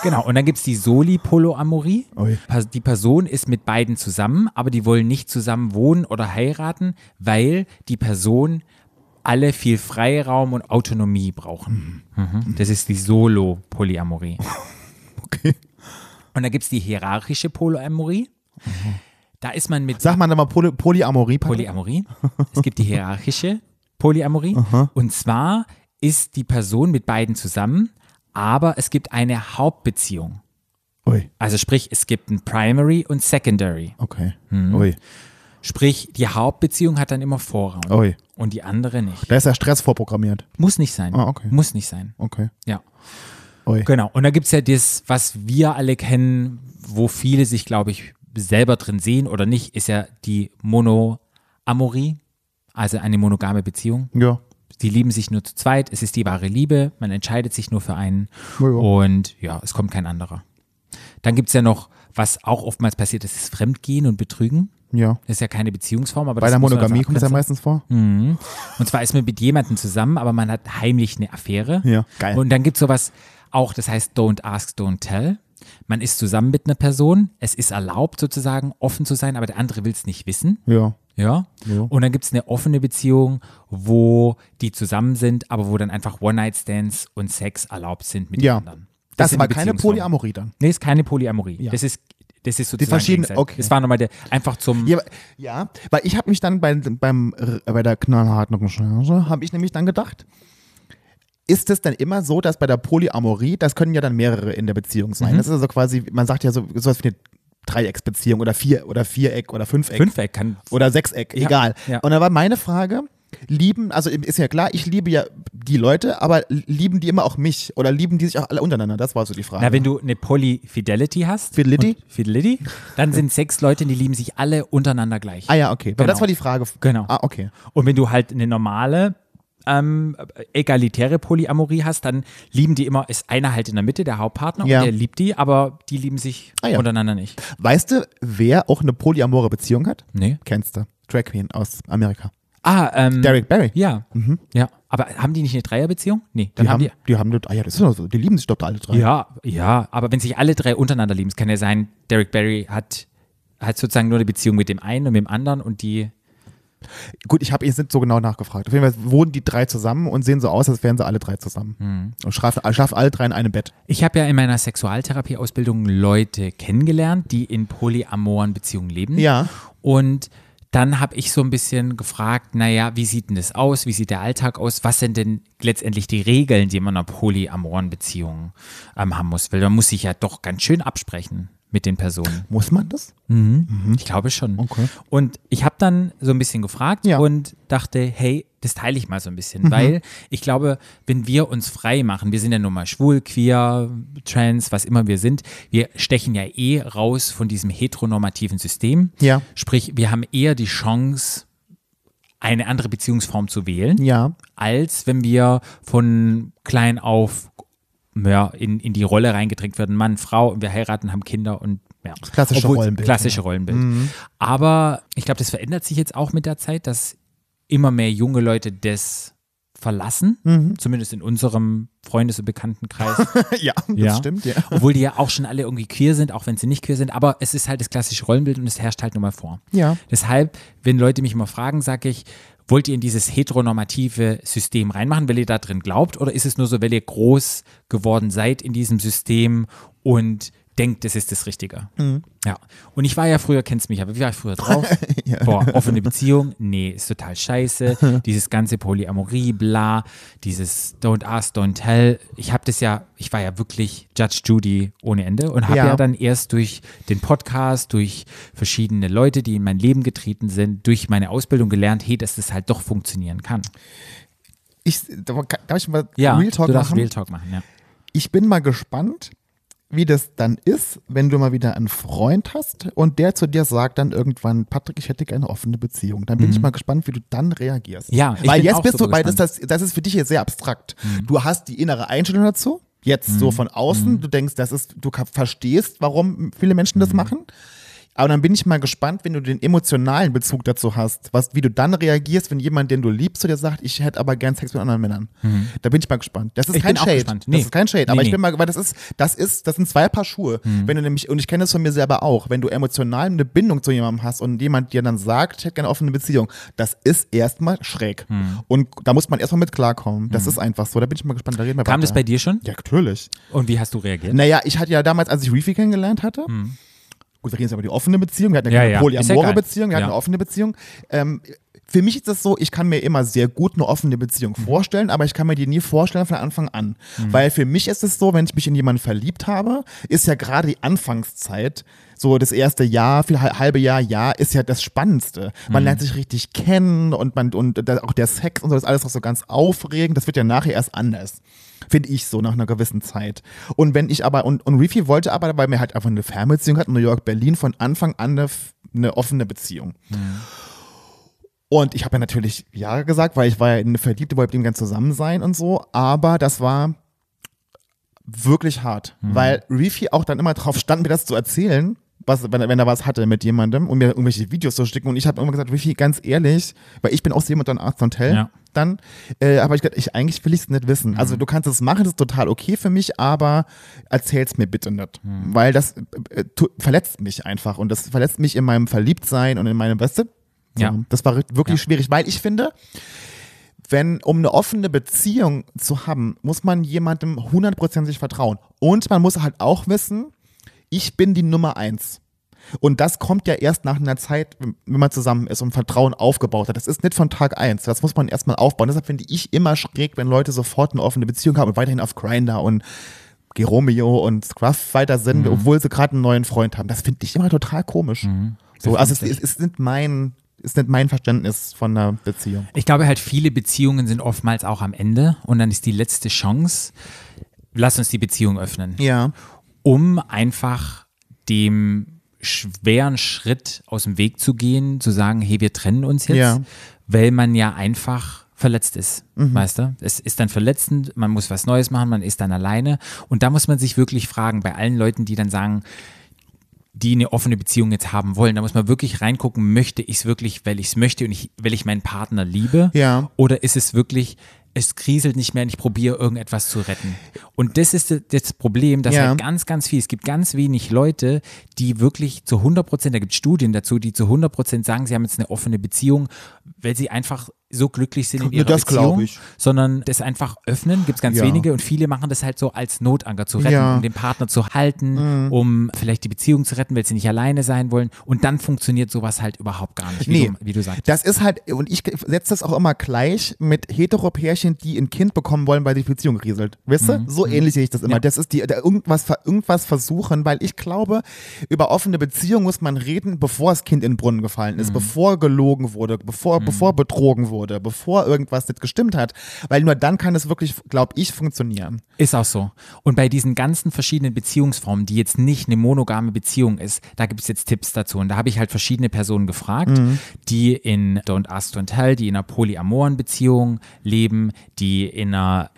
Genau, und dann gibt es die Soli-Poloamorie.
Ui.
Pas- Die Person ist mit beiden zusammen, aber die wollen nicht zusammen wohnen oder heiraten, weil die Person alle viel Freiraum und Autonomie brauchen. Mhm. Das ist die Solo-Polyamorie.
Okay.
Und da gibt es die hierarchische Polyamorie. Da ist man mit
Sag mal nochmal Poly Polyamorie. Patrick.
Polyamorie. Es gibt die hierarchische Polyamorie. Und zwar ist die Person mit beiden zusammen, aber es gibt eine Hauptbeziehung.
Ui,
Also sprich, es gibt ein Primary und Secondary.
okay.
Mhm.
Ui,
Sprich, die Hauptbeziehung hat dann immer Vorrang
ui.
und die andere nicht.
Oh Da ist ja Stress vorprogrammiert.
Muss nicht sein.
Ah, okay.
Muss nicht sein.
Okay.
Ja.
Ui.
Genau. Und da gibt es ja das, was wir alle kennen, wo viele sich, glaube ich, selber drin sehen oder nicht, ist ja die Monoamorie, also eine monogame Beziehung.
Ja.
Die lieben sich nur zu zweit, es ist die wahre Liebe, man entscheidet sich nur für einen
Ja, ja.
und ja, es kommt kein anderer. Dann gibt es ja noch, was auch oftmals passiert, das ist Fremdgehen und Betrügen.
Ja.
Das ist ja keine Beziehungsform, aber
Bei
das
der
muss man
Monogamie
also
kommt es ja
abgrenzen.
meistens vor.
Mhm. Und zwar ist man mit jemandem zusammen, aber man hat heimlich eine Affäre.
Ja, geil.
Und dann gibt es sowas auch, das heißt Don't Ask, Don't Tell. Man ist zusammen mit einer Person, es ist erlaubt sozusagen, offen zu sein, aber der andere will es nicht wissen.
Ja.
Ja.
Ja.
Und dann gibt es eine offene Beziehung, wo die zusammen sind, aber wo dann einfach One-Night-Stands und Sex erlaubt sind mit
Ja.
den anderen.
Das,
sind
war
die
keine
Beziehungsformen.
Polyamorie dann.
Nee, ist keine Polyamorie.
Ja.
Das ist, das ist sozusagen.
verschiedenen-
gegenseitig.
okay.
Das war nochmal der, einfach zum.
Ja, aber- ja, weil ich habe mich dann bei, beim, äh, bei der knallharten Recherche, habe ich nämlich dann gedacht, ist es dann immer so, dass bei der Polyamorie, das können ja dann mehrere in der Beziehung sein.
Mhm.
Das ist also quasi, man sagt ja so, sowas wie eine Dreiecksbeziehung oder Vier- oder Viereck oder Fünfeck
Fünfeck kann.
oder Sechseck,
Ja,
egal.
ja.
Und da war meine Frage, lieben, also ist ja klar, ich liebe ja die Leute, aber lieben die immer auch mich oder lieben die sich auch alle untereinander? Das war so die Frage.
Na, wenn du eine Polyfidelity hast.
Fidelity?
und Fidelity. Dann sind sechs Leute, die lieben sich alle untereinander gleich.
ah ja, okay. Aber das
Genau.
war die Frage.
Genau.
Ah, okay.
Und wenn du halt eine normale, ähm, egalitäre Polyamorie hast, dann lieben die immer, ist einer halt in der Mitte, der Hauptpartner,
Ja.
und der liebt die, aber die lieben sich
Ah ja.
untereinander nicht.
Weißt du, wer auch eine polyamore Beziehung hat?
Nee.
Kennst du. Drag Queen aus Amerika.
Ah, ähm,
Derek Barry.
ja. Ja. Aber haben die nicht eine Dreierbeziehung? Nee, dann
Mhm. die,
haben
haben,
die.
die haben dort, ah ja, das ist doch so, die lieben sich doch alle drei.
Ja, ja, aber wenn sich alle drei untereinander lieben, es kann ja sein, Derek Barry hat, hat sozusagen nur eine Beziehung mit dem einen und mit dem anderen und die
Gut, ich habe jetzt nicht so genau nachgefragt. Auf jeden Fall wohnen die drei zusammen und sehen so aus, als wären sie alle drei zusammen.
Mhm.
Und schlafen, schlafen alle drei in einem Bett.
Ich habe ja in meiner Sexualtherapieausbildung Leute kennengelernt, die in polyamoren Beziehungen leben.
Ja.
Und dann habe ich so ein bisschen gefragt, naja, wie sieht denn das aus? Wie sieht der Alltag aus? Was sind denn letztendlich die Regeln, die man in einer polyamoren Beziehung ähm, haben muss? Weil man muss sich ja doch ganz schön absprechen mit den Personen.
Muss man das?
Ich glaube schon.
Mhm. Okay.
Und ich habe dann so ein bisschen gefragt
Ja. Mhm.
und dachte, hey, das teile ich mal so ein bisschen, weil ich glaube, wenn wir uns frei machen, wir sind ja nun mal schwul, queer, trans, was immer wir sind, wir stechen ja eh raus von diesem heteronormativen System.
Ja.
Sprich, wir haben eher die Chance, eine andere Beziehungsform zu wählen
Ja.
als wenn wir von klein auf ja, in, in die Rolle reingedrängt werden, Mann, Frau und wir heiraten, haben Kinder und ja. Das
klassische Rollenbild, Mhm.
Klassische Rollenbild. Aber ich glaube, das verändert sich jetzt auch mit der Zeit, dass immer mehr junge Leute das verlassen,
Mhm.
zumindest in unserem Freundes- und Bekanntenkreis.
ja, das stimmt, ja.
Obwohl die ja auch schon alle irgendwie queer sind, auch wenn sie nicht queer sind, aber es ist halt das klassische Rollenbild und es herrscht halt nun mal vor.
Ja.
Deshalb, wenn Leute mich mal fragen, sage ich, wollt ihr in dieses heteronormative System reinmachen, weil ihr da drin glaubt, oder ist es nur so, weil ihr groß geworden seid in diesem System und denkt, das ist das Richtige? Ja. Und ich war ja früher, kennst mich, aber wie war ich früher drauf? Boah, offene Beziehung, nee, ist total scheiße. Dieses ganze Polyamorie, bla, dieses Don't ask, don't tell. Ich habe das ja, ich war ja wirklich Judge Judy ohne Ende und habe
Ja.
ja. dann erst durch den Podcast, durch verschiedene Leute, die in mein Leben getreten sind, durch meine Ausbildung gelernt, hey, dass das halt doch funktionieren kann.
Ich, darf ich mal
Ja,
Real Talk
du darfst
machen?
Real Talk machen, ja.
ich bin mal gespannt, wie das dann ist, wenn du mal wieder einen Freund hast und der zu dir sagt dann irgendwann, Patrick, ich hätte gerne eine offene Beziehung. Dann bin ich mal gespannt, wie du dann reagierst.
Mhm. Ja, ich
Weil
bin
jetzt
auch Mhm.
bist du
super
bei, das, das, das ist für dich jetzt sehr abstrakt. Du hast die innere Einstellung dazu, jetzt so
Mhm.
von außen, du denkst, das ist, du ka- verstehst, warum viele Menschen
Mhm.
das machen. Aber dann bin ich mal gespannt, wenn du den emotionalen Bezug dazu hast, was, wie du dann reagierst, wenn jemand, den du liebst, zu dir sagt, ich hätte aber gern Sex mit anderen Männern. Da bin ich mal gespannt. Das ist
Mhm. Ich
kein
bin auch
Shade.
gespannt.
Das
Nee.
ist kein Shade. Aber
Nee,
ich bin
nee. Mhm.
mal, weil das ist, das ist, das sind zwei Paar Schuhe. Wenn du nämlich, und ich kenne das von mir selber auch, wenn du emotional eine Bindung zu jemandem hast und jemand dir dann sagt, ich hätte gerne offene Beziehung, das ist erstmal schräg.
Mhm.
Und da muss man erstmal mit klarkommen. Das ist einfach so. Da bin ich mal gespannt. Da reden wir
Kam das
weiter.
bei dir schon? Ne,
Ja, natürlich.
Und wie hast du reagiert?
Naja, ich hatte ja damals, als ich Reefy kennengelernt hatte, gut, wir reden jetzt über die offene Beziehung, wir hatten ja
Hm. Ja,
keine
ja. Ist ja
polyamore
geil.
Beziehung, wir hatten
Ja.
eine offene Beziehung. Ähm, Für mich ist das so, ich kann mir immer sehr gut eine offene Beziehung vorstellen, aber ich kann mir die nie vorstellen von Anfang an. Weil für mich ist es so, wenn ich mich in jemanden verliebt habe, ist ja gerade die Anfangszeit, so das erste Jahr, viel halbe Jahr, Jahr, ist ja das Spannendste. Man lernt sich richtig kennen und man und da- auch der Sex und so, das ist alles noch so ganz aufregend. Das wird ja nachher erst anders. Finde ich so nach einer gewissen Zeit. Und wenn ich aber, und, und Reefy wollte aber, weil mir halt einfach eine Fernbeziehung hat, New York, Berlin, von Anfang an eine, f- eine offene Beziehung. Und ich habe ja natürlich Ja gesagt, weil ich war ja in eine Verliebte, wollte mit ihm gern zusammen sein und so. Aber das war wirklich hart, weil Reefy auch dann immer drauf stand, mir das zu erzählen, was, wenn, er- wenn er was hatte mit jemandem und mir irgendwelche Videos zu schicken. Und ich habe immer gesagt, Reefy, ganz ehrlich, weil ich bin auch so jemand dann Arzt und Tell,
Ja.
dann äh, habe ich gesagt, ich, eigentlich will ich es nicht wissen. Also du kannst es machen, das ist total okay für mich, aber erzähl's mir bitte nicht, weil das äh, tu, verletzt mich einfach und das verletzt mich in meinem Verliebtsein und in meinem, weißt du, so,
Ja.
Das war wirklich
Ja.
schwierig, weil ich finde, wenn, um eine offene Beziehung zu haben, muss man jemandem hundertprozentig vertrauen. Und man muss halt auch wissen, ich bin die Nummer eins. Und das kommt ja erst nach einer Zeit, wenn wenn man zusammen ist und Vertrauen aufgebaut hat. Das ist nicht von Tag eins. Das muss man erstmal aufbauen. Deshalb finde ich immer schräg, wenn Leute sofort eine offene Beziehung haben und weiterhin auf Grinder und Geromeo und Scruff weiter sind, obwohl sie gerade einen neuen Freund haben. Das finde ich immer total komisch. So, also es, es ist nicht mein, ist nicht mein Verständnis von einer Beziehung.
Ich glaube halt, viele Beziehungen sind oftmals auch am Ende und dann ist die letzte Chance, lass uns die Beziehung öffnen,
Ja.
um einfach dem schweren Schritt aus dem Weg zu gehen, zu sagen, hey, wir trennen uns jetzt,
Ja. Mhm.
weil man ja einfach verletzt ist, weißt du? Es ist dann verletzend, man muss was Neues machen, man ist dann alleine und da muss man sich wirklich fragen, bei allen Leuten, die dann sagen, die eine offene Beziehung jetzt haben wollen. Da muss man wirklich reingucken, möchte ich es wirklich, weil ich es möchte und ich, weil ich meinen Partner liebe?
Ja.
Oder ist es wirklich, es kriselt nicht mehr und ich probiere irgendetwas zu retten? Und das ist das Problem, dass
Ja.
halt ganz, ganz viel, es gibt ganz wenig Leute, die wirklich zu 100 Prozent, da gibt es Studien dazu, die zu 100 Prozent sagen, sie haben jetzt eine offene Beziehung, weil sie einfach so glücklich sind in
Ja,
ihrer
das glaub
Beziehung,
ich.
sondern das einfach öffnen, gibt es ganz
Ja.
wenige und viele machen das halt so als Notanker zu retten,
Ja. Mhm.
um den Partner zu halten, um vielleicht die Beziehung zu retten, weil sie nicht alleine sein wollen. Und dann funktioniert sowas halt überhaupt gar nicht, wie,
Nee.
du, wie du sagst.
Das ist halt, und ich setze das auch immer gleich mit Heteropärchen, die ein Kind bekommen wollen, weil die Beziehung rieselt. Weißt
Mhm.
du? So ähnlich sehe ich das immer. Das ist die, da irgendwas, ver- irgendwas versuchen, weil ich glaube, über offene Beziehung muss man reden, bevor das Kind in den Brunnen gefallen
Mhm.
ist, bevor gelogen wurde, bevor, bevor betrogen wurde, bevor irgendwas nicht gestimmt hat. Weil nur dann kann es wirklich, glaube ich, funktionieren.
Ist auch so. Und bei diesen ganzen verschiedenen Beziehungsformen, die jetzt nicht eine monogame Beziehung ist, da gibt es jetzt Tipps dazu. Und da habe ich halt verschiedene Personen gefragt,
Mhm.
die in Don't Ask, Don't Tell, die in einer polyamoren Beziehung leben, die in einer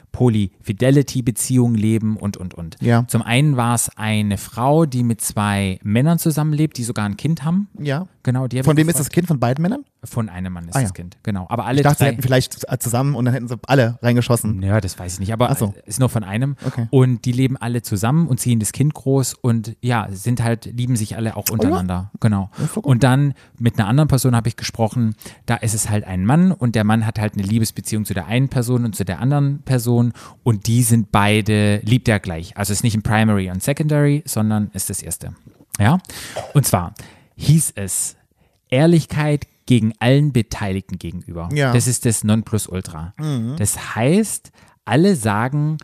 Polyfidelity-Beziehung leben und, und, und.
Ja.
Zum einen war es eine Frau, die mit zwei Männern zusammenlebt, die sogar ein Kind haben.
Ja.
Genau, die habe
Von
ich
wem ist das
gefragt.
Kind? Von beiden Männern?
Von einem Mann ist
Ah, ja.
das Kind, genau. Aber alle
Ich dachte, sie
drei.
hätten vielleicht äh, zusammen und dann hätten sie alle reingeschossen.
Ja, das weiß ich nicht, aber
Ach so.
ist nur von einem.
Okay.
Und die leben alle zusammen und ziehen das Kind groß und ja, sind halt, lieben sich alle auch untereinander. Genau.
Oh ist doch gut.
Und dann mit einer anderen Person habe ich gesprochen, da ist es halt ein Mann und der Mann hat halt eine Liebesbeziehung zu der einen Person und zu der anderen Person und die sind beide, liebt er gleich. Also ist nicht ein Primary und Secondary, sondern ist das erste. Ja. Und zwar hieß es Ehrlichkeit gegen allen Beteiligten gegenüber.
Ja. Mhm.
Das ist das Nonplusultra. Das heißt, alle sagen,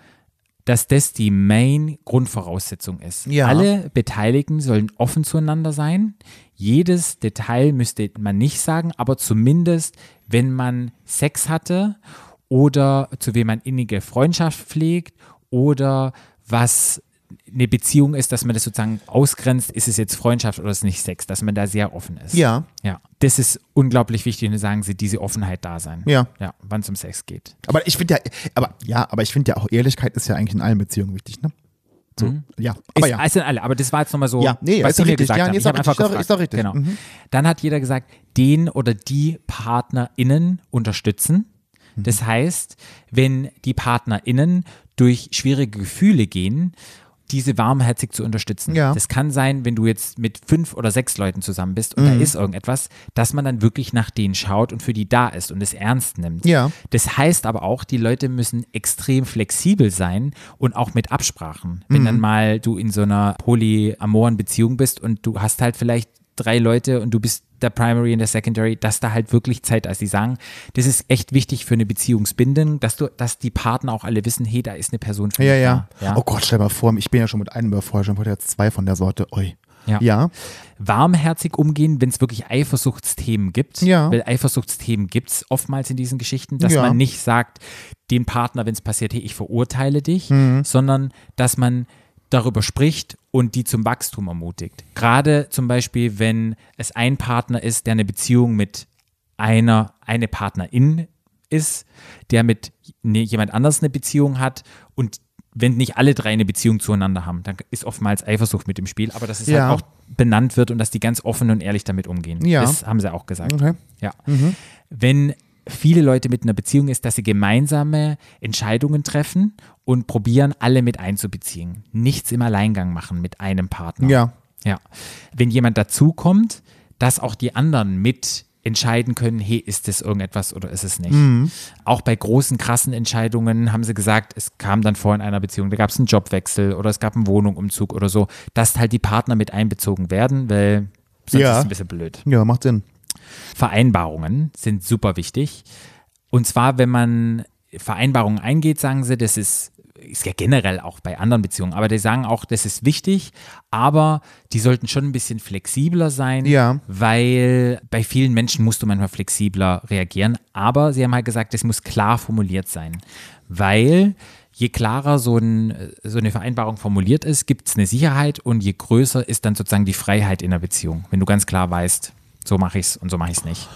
dass das die Main-Grundvoraussetzung ist.
Ja.
Alle Beteiligten sollen offen zueinander sein. Jedes Detail müsste man nicht sagen, aber zumindest, wenn man Sex hatte oder zu wem man innige Freundschaft pflegt oder was eine Beziehung ist, dass man das sozusagen ausgrenzt, ist es jetzt Freundschaft oder ist es nicht Sex, dass man da sehr offen ist.
Ja.
Ja. Das ist unglaublich wichtig und da sagen sie, diese Offenheit da sein.
Ja.
Ja, wann es um Sex geht.
Aber ich finde ja, aber ja, aber ich finde ja auch Ehrlichkeit ist ja eigentlich in allen Beziehungen wichtig, ne? So, ja, aber
Mhm. ist,
ja.
Es sind alle, aber das war jetzt nochmal so,
Ja, nee,
was
ist
die
doch
mir
richtig.
gesagt
Ja,
haben.
nee,
ich
ist
habe
doch
einfach
richtig, ist doch-
gefragt.
ist doch richtig.
Genau.
Mhm.
Dann hat jeder gesagt, den oder die PartnerInnen unterstützen.
Mhm.
Das heißt, wenn die PartnerInnen durch schwierige Gefühle gehen, diese warmherzig zu unterstützen.
Ja.
Das kann sein, wenn du jetzt mit fünf oder sechs Leuten zusammen bist
Mhm.
und da ist irgendetwas, dass man dann wirklich nach denen schaut und für die da ist und es ernst nimmt.
Ja.
Das heißt aber auch, die Leute müssen extrem flexibel sein und auch mit Absprachen.
Mhm.
Wenn dann mal du in so einer polyamoren Beziehung bist und du hast halt vielleicht drei Leute und du bist der Primary und der Secondary, dass da halt wirklich Zeit ist. Die sagen, das ist echt wichtig für eine Beziehungsbindung, dass du, dass die Partner auch alle wissen, hey, da ist eine Person für
Ja,
mich
ja,
da. ja.
Oh Gott, stell mal vor, ich bin ja schon mit einem überfeuert, schon heute jetzt zwei von der Sorte. Ui.
Ja.
ja.
warmherzig umgehen, wenn es wirklich Eifersuchtsthemen gibt.
Ja.
Weil Eifersuchtsthemen gibt es oftmals in diesen Geschichten, dass
Ja.
man nicht sagt, dem Partner, wenn es passiert, hey, ich verurteile dich,
Mhm.
sondern dass man darüber spricht und die zum Wachstum ermutigt. Gerade zum Beispiel, wenn es ein Partner ist, der eine Beziehung mit einer, eine Partnerin ist, der mit ne, jemand anders eine Beziehung hat und wenn nicht alle drei eine Beziehung zueinander haben, dann ist oftmals Eifersucht mit im Spiel, aber das ist
Ja.
halt auch benannt wird und dass die ganz offen und ehrlich damit umgehen.
Ja.
Das haben sie auch gesagt.
Okay. Mhm.
Ja. Wenn viele Leute mit einer Beziehung ist, dass sie gemeinsame Entscheidungen treffen und probieren, alle mit einzubeziehen. Nichts im Alleingang machen mit einem Partner.
Ja.
Ja. Wenn jemand dazukommt, dass auch die anderen mit entscheiden können, hey, ist es irgendetwas oder ist es nicht.
Mhm.
Auch bei großen, krassen Entscheidungen haben sie gesagt, es kam dann vor in einer Beziehung, da gab es einen Jobwechsel oder es gab einen Wohnungumzug oder so, dass halt die Partner mit einbezogen werden, weil sonst
Ja.
ist es ein bisschen blöd.
Ja, macht Sinn.
Vereinbarungen sind super wichtig. Und zwar, wenn man Vereinbarungen eingeht, sagen sie, das ist, ist ja generell auch bei anderen Beziehungen, aber die sagen auch, das ist wichtig, aber die sollten schon ein bisschen flexibler sein,
Ja.
weil bei vielen Menschen musst du manchmal flexibler reagieren. Aber sie haben halt gesagt, das muss klar formuliert sein, weil je klarer so, ein, so eine Vereinbarung formuliert ist, gibt es eine Sicherheit und je größer ist dann sozusagen die Freiheit in der Beziehung, wenn du ganz klar weißt, so mache ich es und so mache ich es nicht.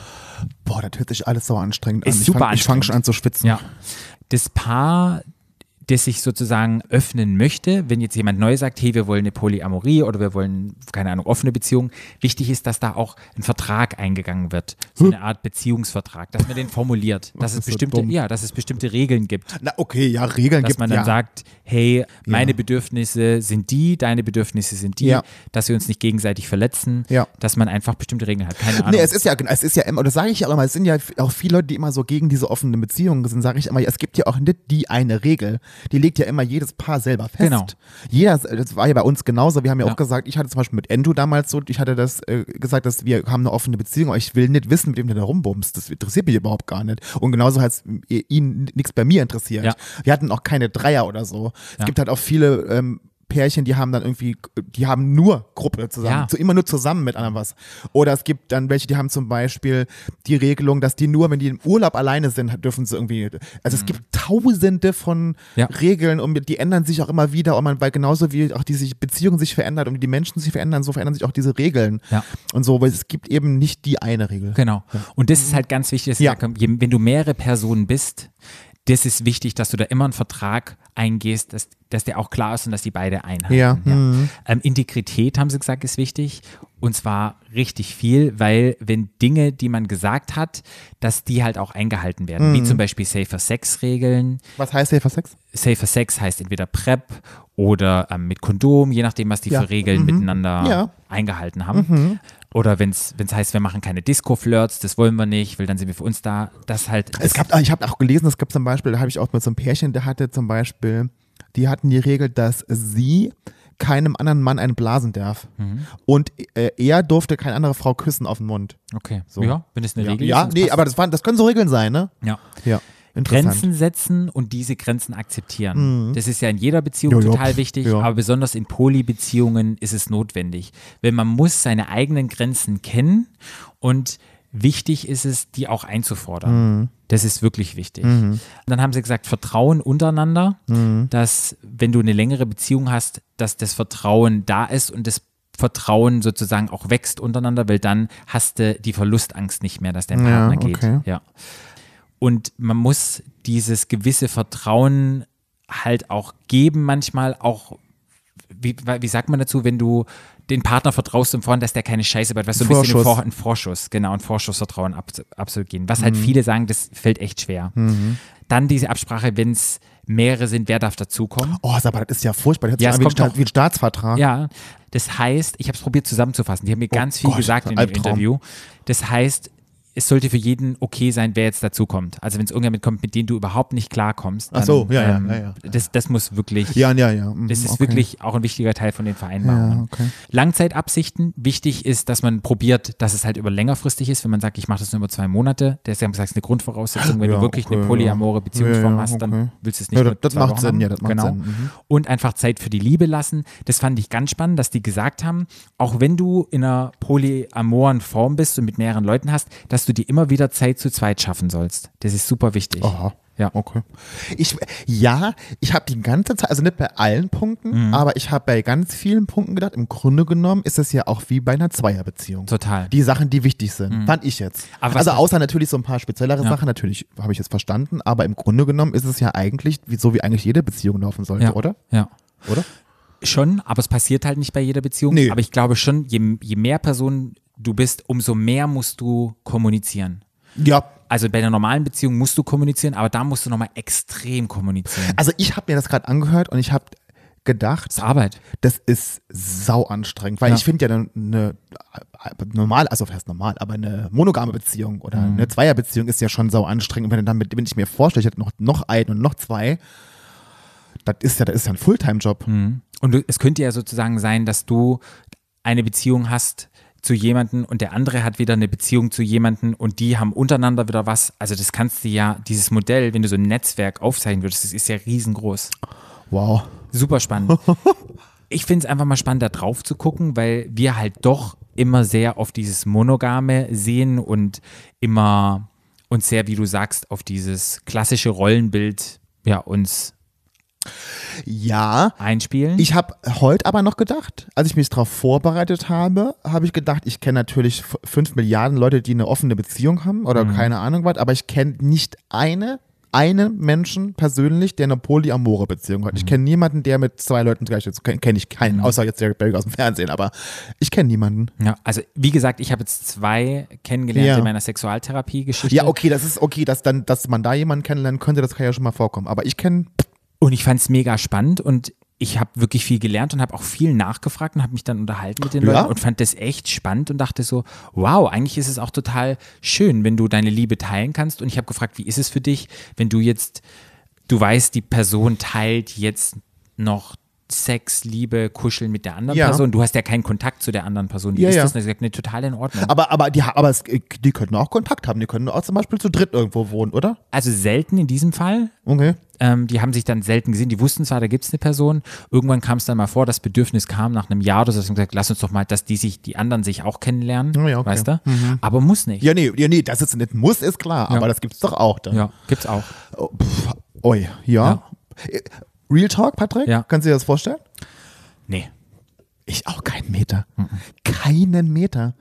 Boah, das hört sich alles so anstrengend
Ist
an. Ich
super
fang- Ich fange
anstrengend.
schon an zu schwitzen.
Ja. Das Paar, das sich sozusagen öffnen möchte, wenn jetzt jemand neu sagt, hey, wir wollen eine Polyamorie oder wir wollen, keine Ahnung, offene Beziehung, wichtig ist, dass da auch ein Vertrag eingegangen wird. So eine Art Beziehungsvertrag, dass man den formuliert, dass es
ist so
bestimmte,
dumm.
ja, dass es bestimmte Regeln gibt
Na, okay, ja, Regeln
dass
gibt
man dann
ja.
sagt, hey, meine Bedürfnisse sind die, deine Bedürfnisse sind die,
Ja.
dass wir uns nicht gegenseitig verletzen,
Ja.
dass man einfach bestimmte Regeln hat. Keine Ahnung.
Nee, es ist ja, es ist ja immer, das sage ich ja auch immer, es sind ja auch viele Leute, die immer so gegen diese offenen Beziehungen sind, sage ich immer, es gibt ja auch nicht die eine Regel. Die legt ja immer jedes Paar selber fest.
Genau.
Jeder, das war ja bei uns genauso. Wir haben ja,
Ja.
auch gesagt, ich hatte zum Beispiel mit Endo damals so, ich hatte das äh, gesagt, dass wir haben eine offene Beziehung, aber ich will nicht wissen, mit wem du da rumbummst. Das interessiert mich überhaupt gar nicht. Und genauso hat ihn nichts bei mir interessiert.
Ja.
Wir hatten auch keine Dreier oder so. Es
Ja.
gibt halt auch viele ähm, Pärchen, die haben dann irgendwie, die haben nur Gruppe zusammen zusammen.
Ja.
So immer nur zusammen mit anderen was. Oder es gibt dann welche, die haben zum Beispiel die Regelung, dass die nur, wenn die im Urlaub alleine sind, dürfen sie irgendwie. Also es gibt tausende von
Mhm. Ja.
Regeln und die ändern sich auch immer wieder. Und man, weil genauso wie auch die sich, Beziehungen sich verändert und wie die Menschen sich verändern, so verändern sich auch diese Regeln.
Ja.
Und so, weil es gibt eben nicht die eine Regel.
Genau. Und das ist halt ganz wichtig, dass
Ja.
da kommt, je- wenn du mehrere Personen bist, das ist wichtig, dass du da immer einen Vertrag eingehst, dass, dass der auch klar ist und dass die beide einhalten.
Ja. Mhm.
Ähm, Integrität, haben sie gesagt, ist wichtig. Und zwar richtig viel, weil wenn Dinge, die man gesagt hat, dass die halt auch eingehalten werden.
Mhm.
Wie zum Beispiel Safer Sex-Regeln,
Was heißt Safer Sex?
Safer Sex heißt entweder PrEP oder ähm, mit Kondom, je nachdem, was die
Ja. Mhm.
für Regeln miteinander
Ja. Mhm.
eingehalten haben. Oder wenn es heißt, wir machen keine Disco-Flirts, das wollen wir nicht, weil dann sind wir für uns da. Das halt.
Es gab, ah, ich habe auch gelesen, es gab zum Beispiel, da habe ich auch mit so einem Pärchen, der hatte zum Beispiel, die hatten die Regel, dass sie keinem anderen Mann einen blasen darf.
Mhm.
Und äh, er durfte keine andere Frau küssen auf den Mund.
Okay, so. Ja, wenn es eine
Ja,
Regel
ja
ist. dann
nee,
passt
aber das, waren, das können so Regeln sein, ne?
es. Ja.
Ja, interessant. Mhm.
Grenzen setzen und diese Grenzen akzeptieren. Das ist ja in jeder Beziehung
Ja, ja,
total
pf,
wichtig,
ja.
aber besonders in Polybeziehungen ist es notwendig. Weil man muss seine eigenen Grenzen kennen und wichtig ist es, die auch einzufordern.
Mhm.
Das ist wirklich wichtig. Dann haben sie gesagt, Vertrauen untereinander,
Mhm.
dass wenn du eine längere Beziehung hast, dass das Vertrauen da ist und das Vertrauen sozusagen auch wächst untereinander, weil dann hast du die Verlustangst nicht mehr, dass
Ja,
dein Partner geht.
okay.
Ja. Und man muss dieses gewisse Vertrauen halt auch geben, manchmal auch, wie, wie sagt man dazu, wenn du den Partner vertraust im Vorhinein, dass der keine Scheiße baut, was so ein bisschen
Vorschuss.
im Vor ein Vorschuss, genau, ein Vorschussvertrauen ab, absolut gehen. Was halt viele sagen, das fällt echt schwer. Dann diese Absprache, wenn es mehrere sind, wer darf dazukommen?
Oh, aber das ist ja furchtbar. Das hört
Ja,
sich an
es
wie ein,
kommt
Staat,
noch.
wie ein Staatsvertrag.
Ja, das heißt, ich habe es probiert zusammenzufassen. Die haben mir ganz viel
Oh Gott,
gesagt in dem
Albtraum.
Interview. Das heißt, es sollte für jeden okay sein, wer jetzt dazukommt. Also wenn es irgendjemand kommt, mit dem du überhaupt nicht klarkommst.
Ach
dann,
so, ja, ja,
ähm,
ja, ja.
Das, das muss wirklich,
Ja, ja, ja. mhm,
das ist
okay.
wirklich auch ein wichtiger Teil von den Vereinbarungen.
Ja, okay.
Langzeitabsichten. Wichtig ist, dass man probiert, dass es halt über längerfristig ist. Wenn man sagt, ich mache das nur über zwei Monate, das ist ja gesagt, eine Grundvoraussetzung. Wenn
Ja,
du wirklich
okay,
eine
ja.
polyamore Beziehungsform
Ja, ja,
hast, dann
okay.
willst du es nicht
Ja,
nur
das
zwei
macht
Wochen
Sinn,
haben.
ja, das macht
genau.
Sinn, mhm.
Und einfach Zeit für die Liebe lassen. Das fand ich ganz spannend, dass die gesagt haben, auch wenn du in einer polyamoren Form bist und mit mehreren Leuten hast, dass du dir immer wieder Zeit zu zweit schaffen sollst. Das ist super wichtig.
Aha.
Ja.
Okay. Ich, ja, ich habe die ganze Zeit, also nicht bei allen
Mhm.
Punkten, aber ich habe bei ganz vielen Punkten gedacht, im Grunde genommen ist das ja auch wie bei einer Zweierbeziehung.
Total.
Die Sachen, die wichtig sind, fand ich jetzt.
Mhm. Aber was-
also außer natürlich so ein paar speziellere
Ja.
Sachen, natürlich habe ich jetzt verstanden, aber im Grunde genommen ist es ja eigentlich wie, so, wie eigentlich jede Beziehung laufen sollte,
ja.
oder?
Ja.
Oder?
Schon, aber es passiert halt nicht bei jeder Beziehung.
Nee.
Aber ich glaube schon, je, je mehr Personen du bist, umso mehr musst du kommunizieren.
Ja.
Also bei einer normalen Beziehung musst du kommunizieren, aber da musst du nochmal extrem kommunizieren.
Also ich habe mir das gerade angehört und ich habe gedacht,
Das ist Arbeit.
das ist sau anstrengend, weil
Ja.
ich finde ja eine, eine normal, also fast normal, aber eine monogame Beziehung oder
Mhm.
eine Zweierbeziehung ist ja schon sau anstrengend. Und wenn, du dann mit, wenn ich mir vorstelle, ich hätte noch, noch einen und noch zwei, das ist ja, das ist ja ein Fulltime-Job.
Und du, es könnte ja sozusagen sein, dass du eine Beziehung hast zu jemanden und der andere hat wieder eine Beziehung zu jemanden und die haben untereinander wieder was. Also das kannst du ja, dieses Modell, wenn du so ein Netzwerk aufzeichnen würdest, das ist ja riesengroß.
Wow.
Super spannend. Ich finde es einfach mal spannend, da drauf zu gucken, weil wir halt doch immer sehr auf dieses Monogame sehen und immer uns sehr, wie du sagst, auf dieses klassische Rollenbild ja, uns
Ja.
einspielen.
Ich habe heute aber noch gedacht, als ich mich darauf vorbereitet habe, habe ich gedacht, ich kenne natürlich f- fünf Milliarden Leute, die eine offene Beziehung haben oder keine Ahnung was, aber ich kenne nicht eine, einen Menschen persönlich, der eine polyamore Beziehung hat. Ich kenne niemanden, der mit zwei Leuten gleich ist. Kenne kenn ich keinen, außer jetzt Derek Berg aus dem Fernsehen, aber ich kenne niemanden.
ja, also wie gesagt, ich habe jetzt zwei kennengelernt
Ja.
in meiner Sexualtherapie-Geschichte.
Ja, okay, das ist okay, dass dann, dass man da jemanden kennenlernen könnte, das kann ja schon mal vorkommen. Aber ich kenne,
Und ich fand es mega spannend und ich habe wirklich viel gelernt und habe auch viel nachgefragt und habe mich dann unterhalten mit den
Ja.
Leuten und fand das echt spannend und dachte so, wow, eigentlich ist es auch total schön, wenn du deine Liebe teilen kannst. Und ich habe gefragt, wie ist es für dich, wenn du jetzt, du weißt, die Person teilt jetzt noch Sex, Liebe, Kuscheln mit der anderen
Ja.
Person. Du hast ja keinen Kontakt zu der anderen Person. Wie
Ja,
ist
ja.
das? Und ich gesagt, nee, total in Ordnung.
aber, aber, die, ha- aber es, äh, die könnten auch Kontakt haben, die können auch zum Beispiel zu dritt irgendwo wohnen, oder?
also selten in diesem Fall,
Okay.
Ähm, die haben sich dann selten gesehen. Die wussten zwar, da gibt es eine Person. Irgendwann kam es dann mal vor, das Bedürfnis kam nach einem Jahr oder so. dass sie gesagt, lass uns doch mal, dass die sich, die anderen sich auch kennenlernen.
Oh ja, okay.
Weißt du? Aber muss nicht.
Ja, nee, ja, nee, dass es nicht muss, ist klar, aber das gibt's doch auch dann.
Ja, gibt's auch.
Oh, pff, oi, ja. Äh, Real Talk, Patrick?
Ja.
Kannst du dir das vorstellen?
Nee.
Ich auch keinen Meter. Keinen Meter.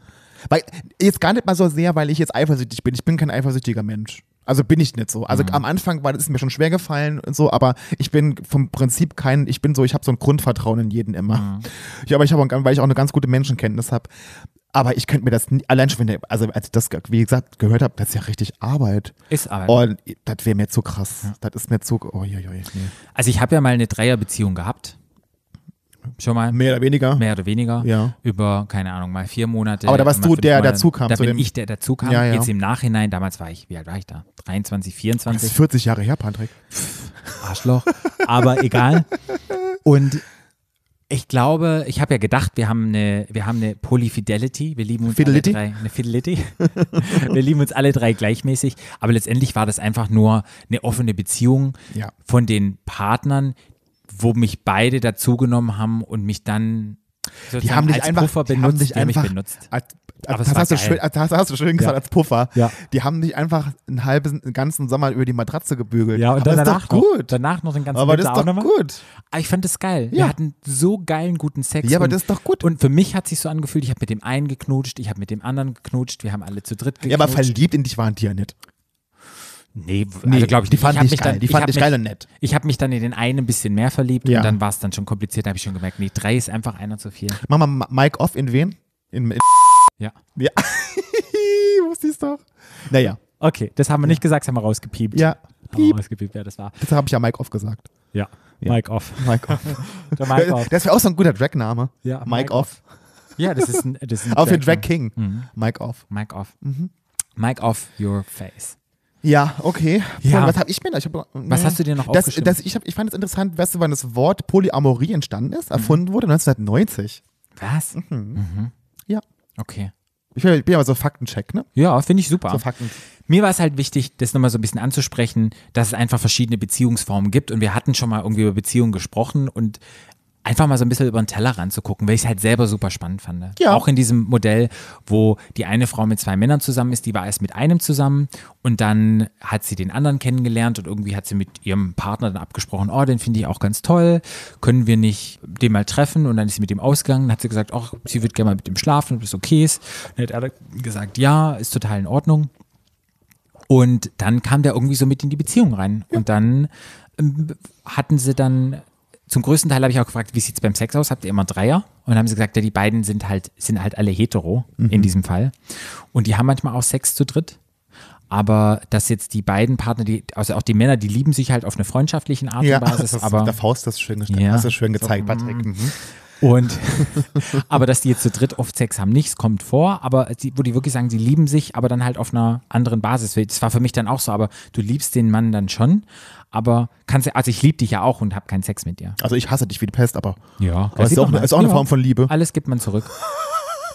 Weil, jetzt gar nicht mal so sehr, weil ich jetzt eifersüchtig bin. Ich bin kein eifersüchtiger Mensch. Also bin ich nicht so. Also am Anfang war das ist mir schon schwer gefallen und so, aber ich bin vom Prinzip kein, ich bin so, ich habe so ein Grundvertrauen in jeden immer. Ja, aber ich habe, auch- weil ich auch eine ganz gute Menschenkenntnis habe. Aber ich könnte mir das nie, allein schon, wenn der, also als ich das, wie gesagt, gehört habe, das ist ja richtig Arbeit.
Ist Arbeit.
Und das wäre mir zu krass. Das ist mir zu, oh, je, je, je. Nee.
Also ich habe ja mal eine Dreierbeziehung gehabt. Schon mal.
Mehr oder weniger.
Mehr oder weniger.
Ja.
Über, keine Ahnung, mal vier Monate.
Aber da warst
mal
du
fünf
der, der
Monate.
dazukam
Da
zu
bin
dem-
ich, der dazu kam.
Ja, ja.
Jetzt im Nachhinein, damals war ich, wie alt war ich da? 23, 24.
Das ist 40 Jahre her, Patrick.
Arschloch, aber egal. Und ich glaube, ich habe ja gedacht, wir haben eine, wir haben eine Polyfidelity. Wir lieben uns
Fidelity?
alle drei. Eine Fidelity. wir lieben uns alle drei gleichmäßig. Aber letztendlich war das einfach nur eine offene Beziehung
Ja.
von den Partnern, wo mich beide dazugenommen haben und mich dann
Die haben dich
als
einfach,
Puffer benutzt,
die haben dich einfach
mich benutzt.
Als,
Aber
als,
es
das,
war
hast du
geil.
schön, als, das hast du schön gesagt,
Ja.
als Puffer.
Ja.
Die haben dich einfach einen halben, einen ganzen Sommer über die Matratze gebügelt.
Ja, und
aber
dann
das
danach
ist doch
Noch,
gut.
danach noch den ganzen
aber das
Winter
ist
auch
doch
noch mal.
gut.
Aber Ah, ich fand das geil.
Ja.
Wir hatten so geilen guten Sex.
Ja, aber
und,
das ist doch gut.
Und für mich hat sich so angefühlt, ich habe mit dem einen geknutscht, ich habe mit dem anderen geknutscht, wir haben alle zu dritt geknutscht.
Ja, aber verliebt in dich waren die ja nicht.
Nee, w-
Nee,
also glaube ich,
die
nicht.
fand
ich hab
ich
mich
geil.
Dann,
Die
ich
fand
hab
ich
mich-
geil und nett.
Ich habe mich dann in den einen ein bisschen mehr verliebt
Ja.
und dann war es dann schon kompliziert. Da habe ich schon gemerkt, nee, drei ist einfach einer zu viel.
Mach mal Ma- Mike off in wen? In, in
Ja.
ja. Wusste ich's doch. Naja,
Okay, das haben wir nicht gesagt, das haben wir rausgepiept.
ja.
Haben wir
Piep.
rausgepiept, ja, das war.
Das habe ich ja Mike off gesagt.
Ja.
Ja.
Mike off.
Mike off.
Der Mike off.
Das wäre auch so ein guter Drag-Name.
Ja,
Mike,
Mike
off.
Ja, das ist ein. Das ist ein
Auch für
Drag-
Drag King. Mike off.
Mike off. Mic off your face.
Ja, okay.
Ja.
Boah, was habe ich mir da? Ich hab, äh,
Was hast du dir noch
das,
aufgeschrieben?
das, ich, hab, ich fand es interessant, weißt du, wann das Wort Polyamorie entstanden ist,
Mhm.
erfunden wurde 1990.
Was?
Mhm.
Mhm.
Ja.
Okay.
Ich bin, ich bin ja so Faktencheck, ne?
Ja, finde ich super.
So Fakten.
Mir war es halt wichtig, das nochmal so ein bisschen anzusprechen, dass es einfach verschiedene Beziehungsformen gibt. Und wir hatten schon mal irgendwie über Beziehungen gesprochen und einfach mal so ein bisschen über den Tellerrand zu gucken, weil ich es halt selber super spannend fand.
Ja.
Auch in diesem Modell, wo die eine Frau mit zwei Männern zusammen ist, die war erst mit einem zusammen und dann hat sie den anderen kennengelernt und irgendwie hat sie mit ihrem Partner dann abgesprochen, oh, den finde ich auch ganz toll, können wir nicht den mal treffen und dann ist sie mit dem ausgegangen, dann hat sie gesagt, ach, sie wird gerne mal mit dem schlafen, ob das okay ist. Dann hat er gesagt, ja, ist total in Ordnung. Und dann kam der irgendwie so mit in die Beziehung rein. Und dann ähm, hatten sie dann, zum größten Teil habe ich auch gefragt, wie sieht's beim Sex aus? Habt ihr immer Dreier? Und dann haben sie gesagt, ja, die beiden sind halt, sind halt alle hetero
Mhm.
in diesem Fall. Und die haben manchmal auch Sex zu dritt. Aber dass jetzt die beiden Partner, die, also auch die Männer, die lieben sich halt auf eine freundschaftlichen Art und
Ja,
Basis.
das ist,
aber
der Faust das schön gestellt.
Ja.
Hast du schön gezeigt, Patrick. Mhm.
und aber dass die jetzt zu dritt oft Sex haben, nichts kommt vor, aber die, wo die wirklich sagen, sie lieben sich, aber dann halt auf einer anderen Basis. Das war für mich dann auch so, aber du liebst den Mann dann schon, aber kannst ja- also ich liebe dich ja auch und habe keinen Sex mit dir.
Also ich hasse dich wie die Pest, aber,
Ja,
aber es ist auch, eine- ist auch eine Form von Liebe.
Alles gibt man zurück.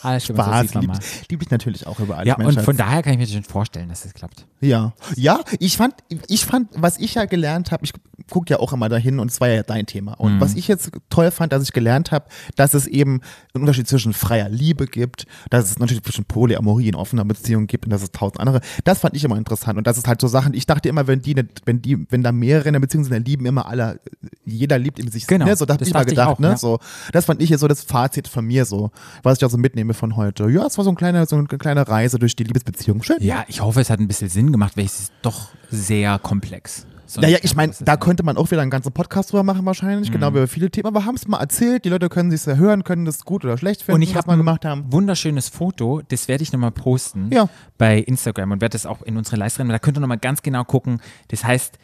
Alles gibt man, so
Was?
sieht man
Liebe
mal.
lieb ich natürlich auch über alle
Ja, und
Menschen.
von daher kann ich mir das schon vorstellen, dass das klappt.
Ja, ja, ich fand, ich fand, was ich ja gelernt habe, ich guck ja auch immer dahin und es war ja dein Thema. Und
Mhm.
was ich jetzt toll fand, dass ich gelernt habe, dass es eben einen Unterschied zwischen freier Liebe gibt, dass es einen Unterschied zwischen Polyamorie in offener Beziehung gibt und dass es tausend andere. Das fand ich immer interessant und das ist halt so Sachen. Ich dachte immer, wenn die, ne, wenn die, wenn da mehrere in der Beziehung sind, dann lieben immer alle, jeder liebt in sich.
Genau,
Ne? So, das hab
das
ich immer
dachte ich
gedacht,
auch,
ne?
ja.
So, das fand ich jetzt so das Fazit von mir so, was ich auch so mitnehme von heute. Ja, es war so ein kleiner, so eine kleine Reise durch die Liebesbeziehung. Schön.
Ja, ich hoffe, es hat ein bisschen Sinn gemacht, weil es ist doch sehr komplex. Sonst
Naja,
kann
ich
man
meine,
das
da
nicht.
könnte man auch wieder einen ganzen Podcast drüber machen wahrscheinlich, genau über viele Themen. Aber wir haben es mal erzählt, die Leute können sich ja hören, können das gut oder schlecht finden,
Und ich
was
habe
wir gemacht haben.
wunderschönes Foto, das werde ich nochmal posten
Ja.
bei Instagram und werde das auch in unsere Leiste rein. Da könnt ihr nochmal ganz genau gucken. Das heißt,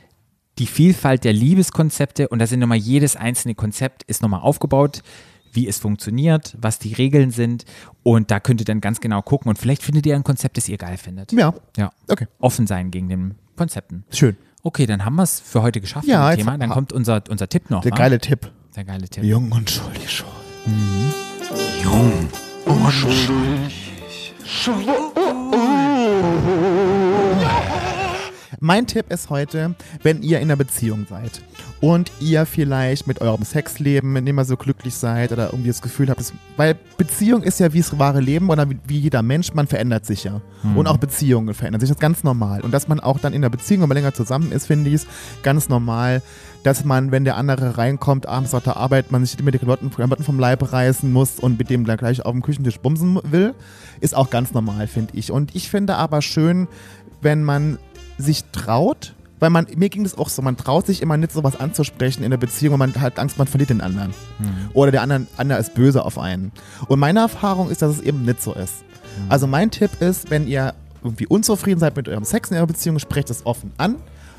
die Vielfalt der Liebeskonzepte und da sind nochmal jedes einzelne Konzept ist nochmal aufgebaut, wie es funktioniert, was die Regeln sind und da könnt ihr dann ganz genau gucken und vielleicht findet ihr ein Konzept, das ihr geil findet.
Ja.
Ja.
Okay.
Offen sein gegen den Konzepten.
Schön.
Okay, dann haben wir es für heute geschafft.
Ja,
mit dem
jetzt-
Thema. Dann kommt unser, unser Tipp noch.
Der
ne?
geile Tipp.
Der geile Tipp.
Ah. Jung und schuldig schon. Mein Tipp ist heute, wenn ihr in einer Beziehung seid und ihr vielleicht mit eurem Sexleben, in dem ihr so glücklich seid oder irgendwie das Gefühl habt, dass, weil Beziehung ist ja wie das wahre Leben oder wie, wie jeder Mensch, man verändert sich ja. Und auch Beziehungen verändern sich, das ist ganz normal. Und dass man auch dann in einer Beziehung, wenn man länger zusammen ist, finde ich es ganz normal, dass man, wenn der andere reinkommt, abends nach der Arbeit, man sich immer die Klamotten, Klamotten vom Leib reißen muss und mit dem dann gleich auf dem Küchentisch bumsen will, ist auch ganz normal, finde ich. Und ich finde aber schön, wenn man sich traut, weil man, mir ging das auch so, man traut sich immer nicht sowas anzusprechen in der Beziehung und man hat Angst, man verliert den anderen. Oder der andere, andere ist böse auf einen. Und meine Erfahrung ist, dass es eben nicht so ist. Also mein Tipp ist, wenn ihr irgendwie unzufrieden seid mit eurem Sex in eurer Beziehung, sprecht es offen an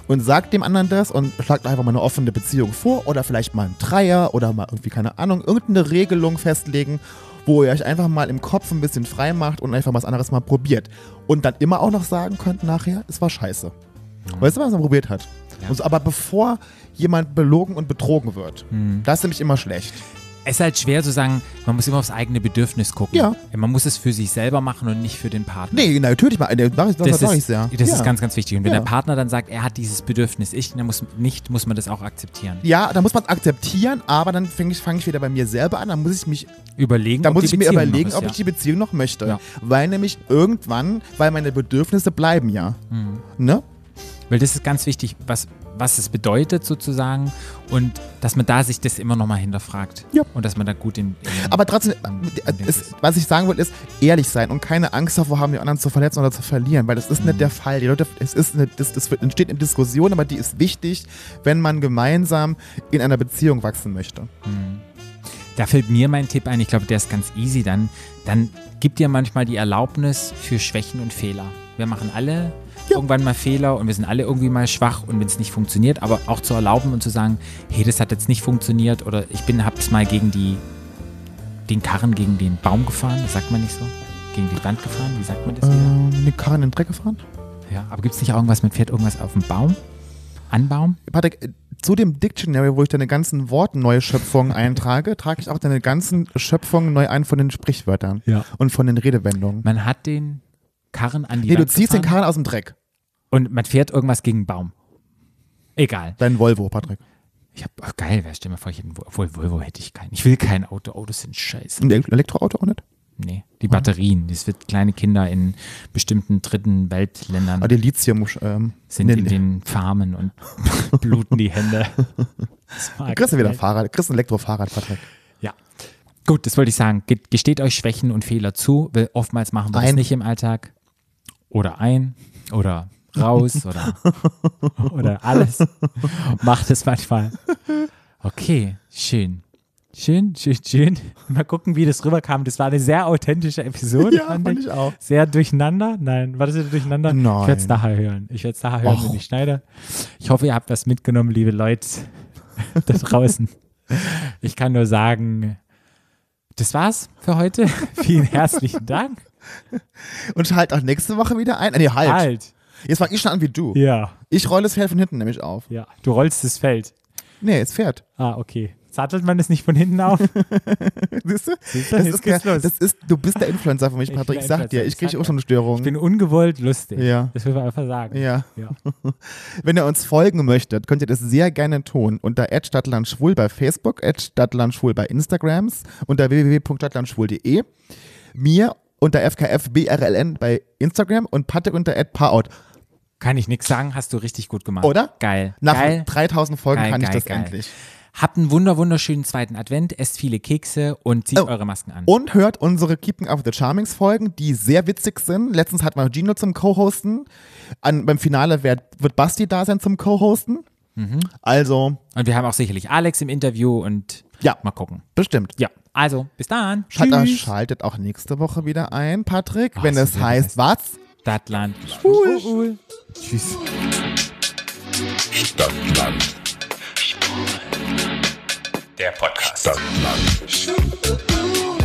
und sagt dem anderen das und schlagt einfach mal eine offene Beziehung vor oder vielleicht mal einen Dreier oder mal irgendwie, keine Ahnung, irgendeine Regelung festlegen, wo ihr euch einfach mal im Kopf ein bisschen frei macht und einfach mal was anderes mal probiert. Und dann immer auch noch sagen könnt nachher, es war scheiße. Weißt du, was man probiert hat? Und so, aber bevor jemand belogen und betrogen wird,
Hm.
das ist nämlich immer schlecht.
Es ist halt schwer zu sagen, man muss immer aufs eigene Bedürfnis gucken.
Ja.
Man muss es für sich selber machen und nicht für den Partner.
Nee, natürlich mal, das mache ich, das mach
ist,
ich sehr.
das
ja.
ist ganz, ganz wichtig. Und wenn
Ja.
der Partner dann sagt, er hat dieses Bedürfnis, ich dann muss, nicht, muss man das auch akzeptieren.
ja, da muss man es akzeptieren, aber dann fange ich, fang ich wieder bei mir selber an, dann muss ich mich
Überlegen,
Da
ob
muss
die
ich mir
Beziehung
überlegen,
noch ist,
ob
ja.
ich die Beziehung noch möchte.
Ja.
Weil nämlich irgendwann, weil meine Bedürfnisse bleiben ja.
Mhm.
Ne?
Weil das ist ganz wichtig, was, was es bedeutet sozusagen und dass man da sich das immer nochmal hinterfragt.
Ja.
Und dass man da gut in, in
Aber trotzdem, äh,
Ja, das
es,
ist-
was ich sagen will, ist ehrlich sein und keine Angst davor haben, den anderen zu verletzen oder zu verlieren, weil das ist
Mhm.
nicht der Fall. Die Leute, es ist eine, das, das wird- entsteht eine Diskussion, aber die ist wichtig, wenn man gemeinsam in einer Beziehung wachsen möchte.
Da fällt mir mein Tipp ein, ich glaube, der ist ganz easy dann. Dann gib dir manchmal die Erlaubnis für Schwächen und Fehler. Wir machen alle irgendwann mal Fehler und wir sind alle irgendwie mal schwach und wenn es nicht funktioniert, aber auch zu erlauben und zu sagen, hey, das hat jetzt nicht funktioniert oder ich bin, hab's mal gegen die, den Karren gegen den Baum gefahren, sagt man nicht so? gegen die Wand gefahren? Wie sagt man das wieder?
Ähm, eine Karre in den Dreck gefahren?
Ja, aber gibt es nicht auch irgendwas, man fährt irgendwas auf den Baum? Anbaum?
Patrick, äh, zu dem Dictionary, wo ich deine ganzen wortneue Schöpfungen eintrage, trage ich auch deine ganzen Schöpfungen neu ein von den Sprichwörtern
Ja.
und von den Redewendungen.
Man hat den Karren an die
Nee, du
Wand
ziehst den
gefahren
Kahn aus dem Dreck.
und man fährt irgendwas gegen einen Baum. Egal.
Dein Volvo, Patrick.
Ich hab, oh, geil, wer stell mir vor, ich hätte, einen Vol- obwohl Volvo hätte ich keinen. Ich will kein Auto, Autos sind scheiße.
Ein Ele- Elektroauto auch nicht?
Nee,
Hm.
die Batterien, das wird kleine Kinder in bestimmten dritten Weltländern
Aber Ah, die Lithium. Ähm,
sind
nee,
in
nee.
den Farmen und bluten die Hände. Das mag
Kriegst du wieder ein
ich.
Fahrrad, kriegst ein Elektrofahrrad, Patrick.
Ja. Gut, das wollte ich sagen. Ge gesteht euch Schwächen und Fehler zu, weil oftmals machen wir das
Ein.
nicht im Alltag. Oder ein oder raus oder, oder alles. Macht es manchmal. Okay, schön. Schön, schön, schön. Mal gucken, wie das rüberkam. Das war eine sehr authentische Episode.
Ja, fand ich auch.
Sehr durcheinander. Nein, war das wieder durcheinander?
Nein.
Ich werde es nachher hören. Ich werde es nachher hören,
Och.
wenn ich schneide. Ich hoffe, ihr habt was mitgenommen, liebe Leute da draußen. Ich kann nur sagen, das war's für heute. Vielen herzlichen Dank.
Und halt auch nächste Woche wieder ein. Nee, halt.
Alt.
Jetzt fange ich schon an wie du.
Ja,
Ich rolle das Pferd von hinten nämlich auf.
ja. Du rollst das Feld.
Nee, es fährt.
Ah, okay. Sattelt man es nicht von hinten auf?
Siehst du?
Siehst du,
Das
jetzt
ist,
geht's
der-
los.
das ist, du bist der Influencer für mich,
Ich bin
Patrick.
der
Ich sag dir,
Influencer,
ich
ich
kriege
sag
auch schon
Ich
Störungen.
bin ungewollt lustig.
Ja.
Das will man einfach sagen.
Ja.
ja.
Wenn ihr uns folgen möchtet, könnt ihr das sehr gerne tun unter @stadtlandschwul bei Facebook, @stadtlandschwul bei Instagrams, unter www.stadtlandschwul.de, mir unter fkfbrln bei Instagram und Patrick unter @paout.
Kann ich nichts sagen, hast du richtig gut gemacht.
Oder?
Geil.
Nach
Geil.
3000 Folgen
Geil,
kann ich
geil,
das
geil.
endlich.
Habt einen wunder wunderschönen zweiten Advent, esst viele Kekse und zieht
Oh.
eure Masken an.
Und hört unsere Keeping Up with the Charmings Folgen, die sehr witzig sind. Letztens hatten wir Gino zum Co-Hosten. An, beim Finale wird, wird Basti da sein zum Co-Hosten.
Mhm.
Also,
Und wir haben auch sicherlich Alex im Interview und
Ja.
mal gucken.
bestimmt.
Ja, also bis dann.
Schaltet,
Tschüss.
schaltet auch nächste Woche wieder ein, Patrick, wenn
so
es
wird
heißt,
es.
was?
Stadtland.
Cool. Tschüss.
Stadtland
Der Podcast.
Stadtland
Ooh.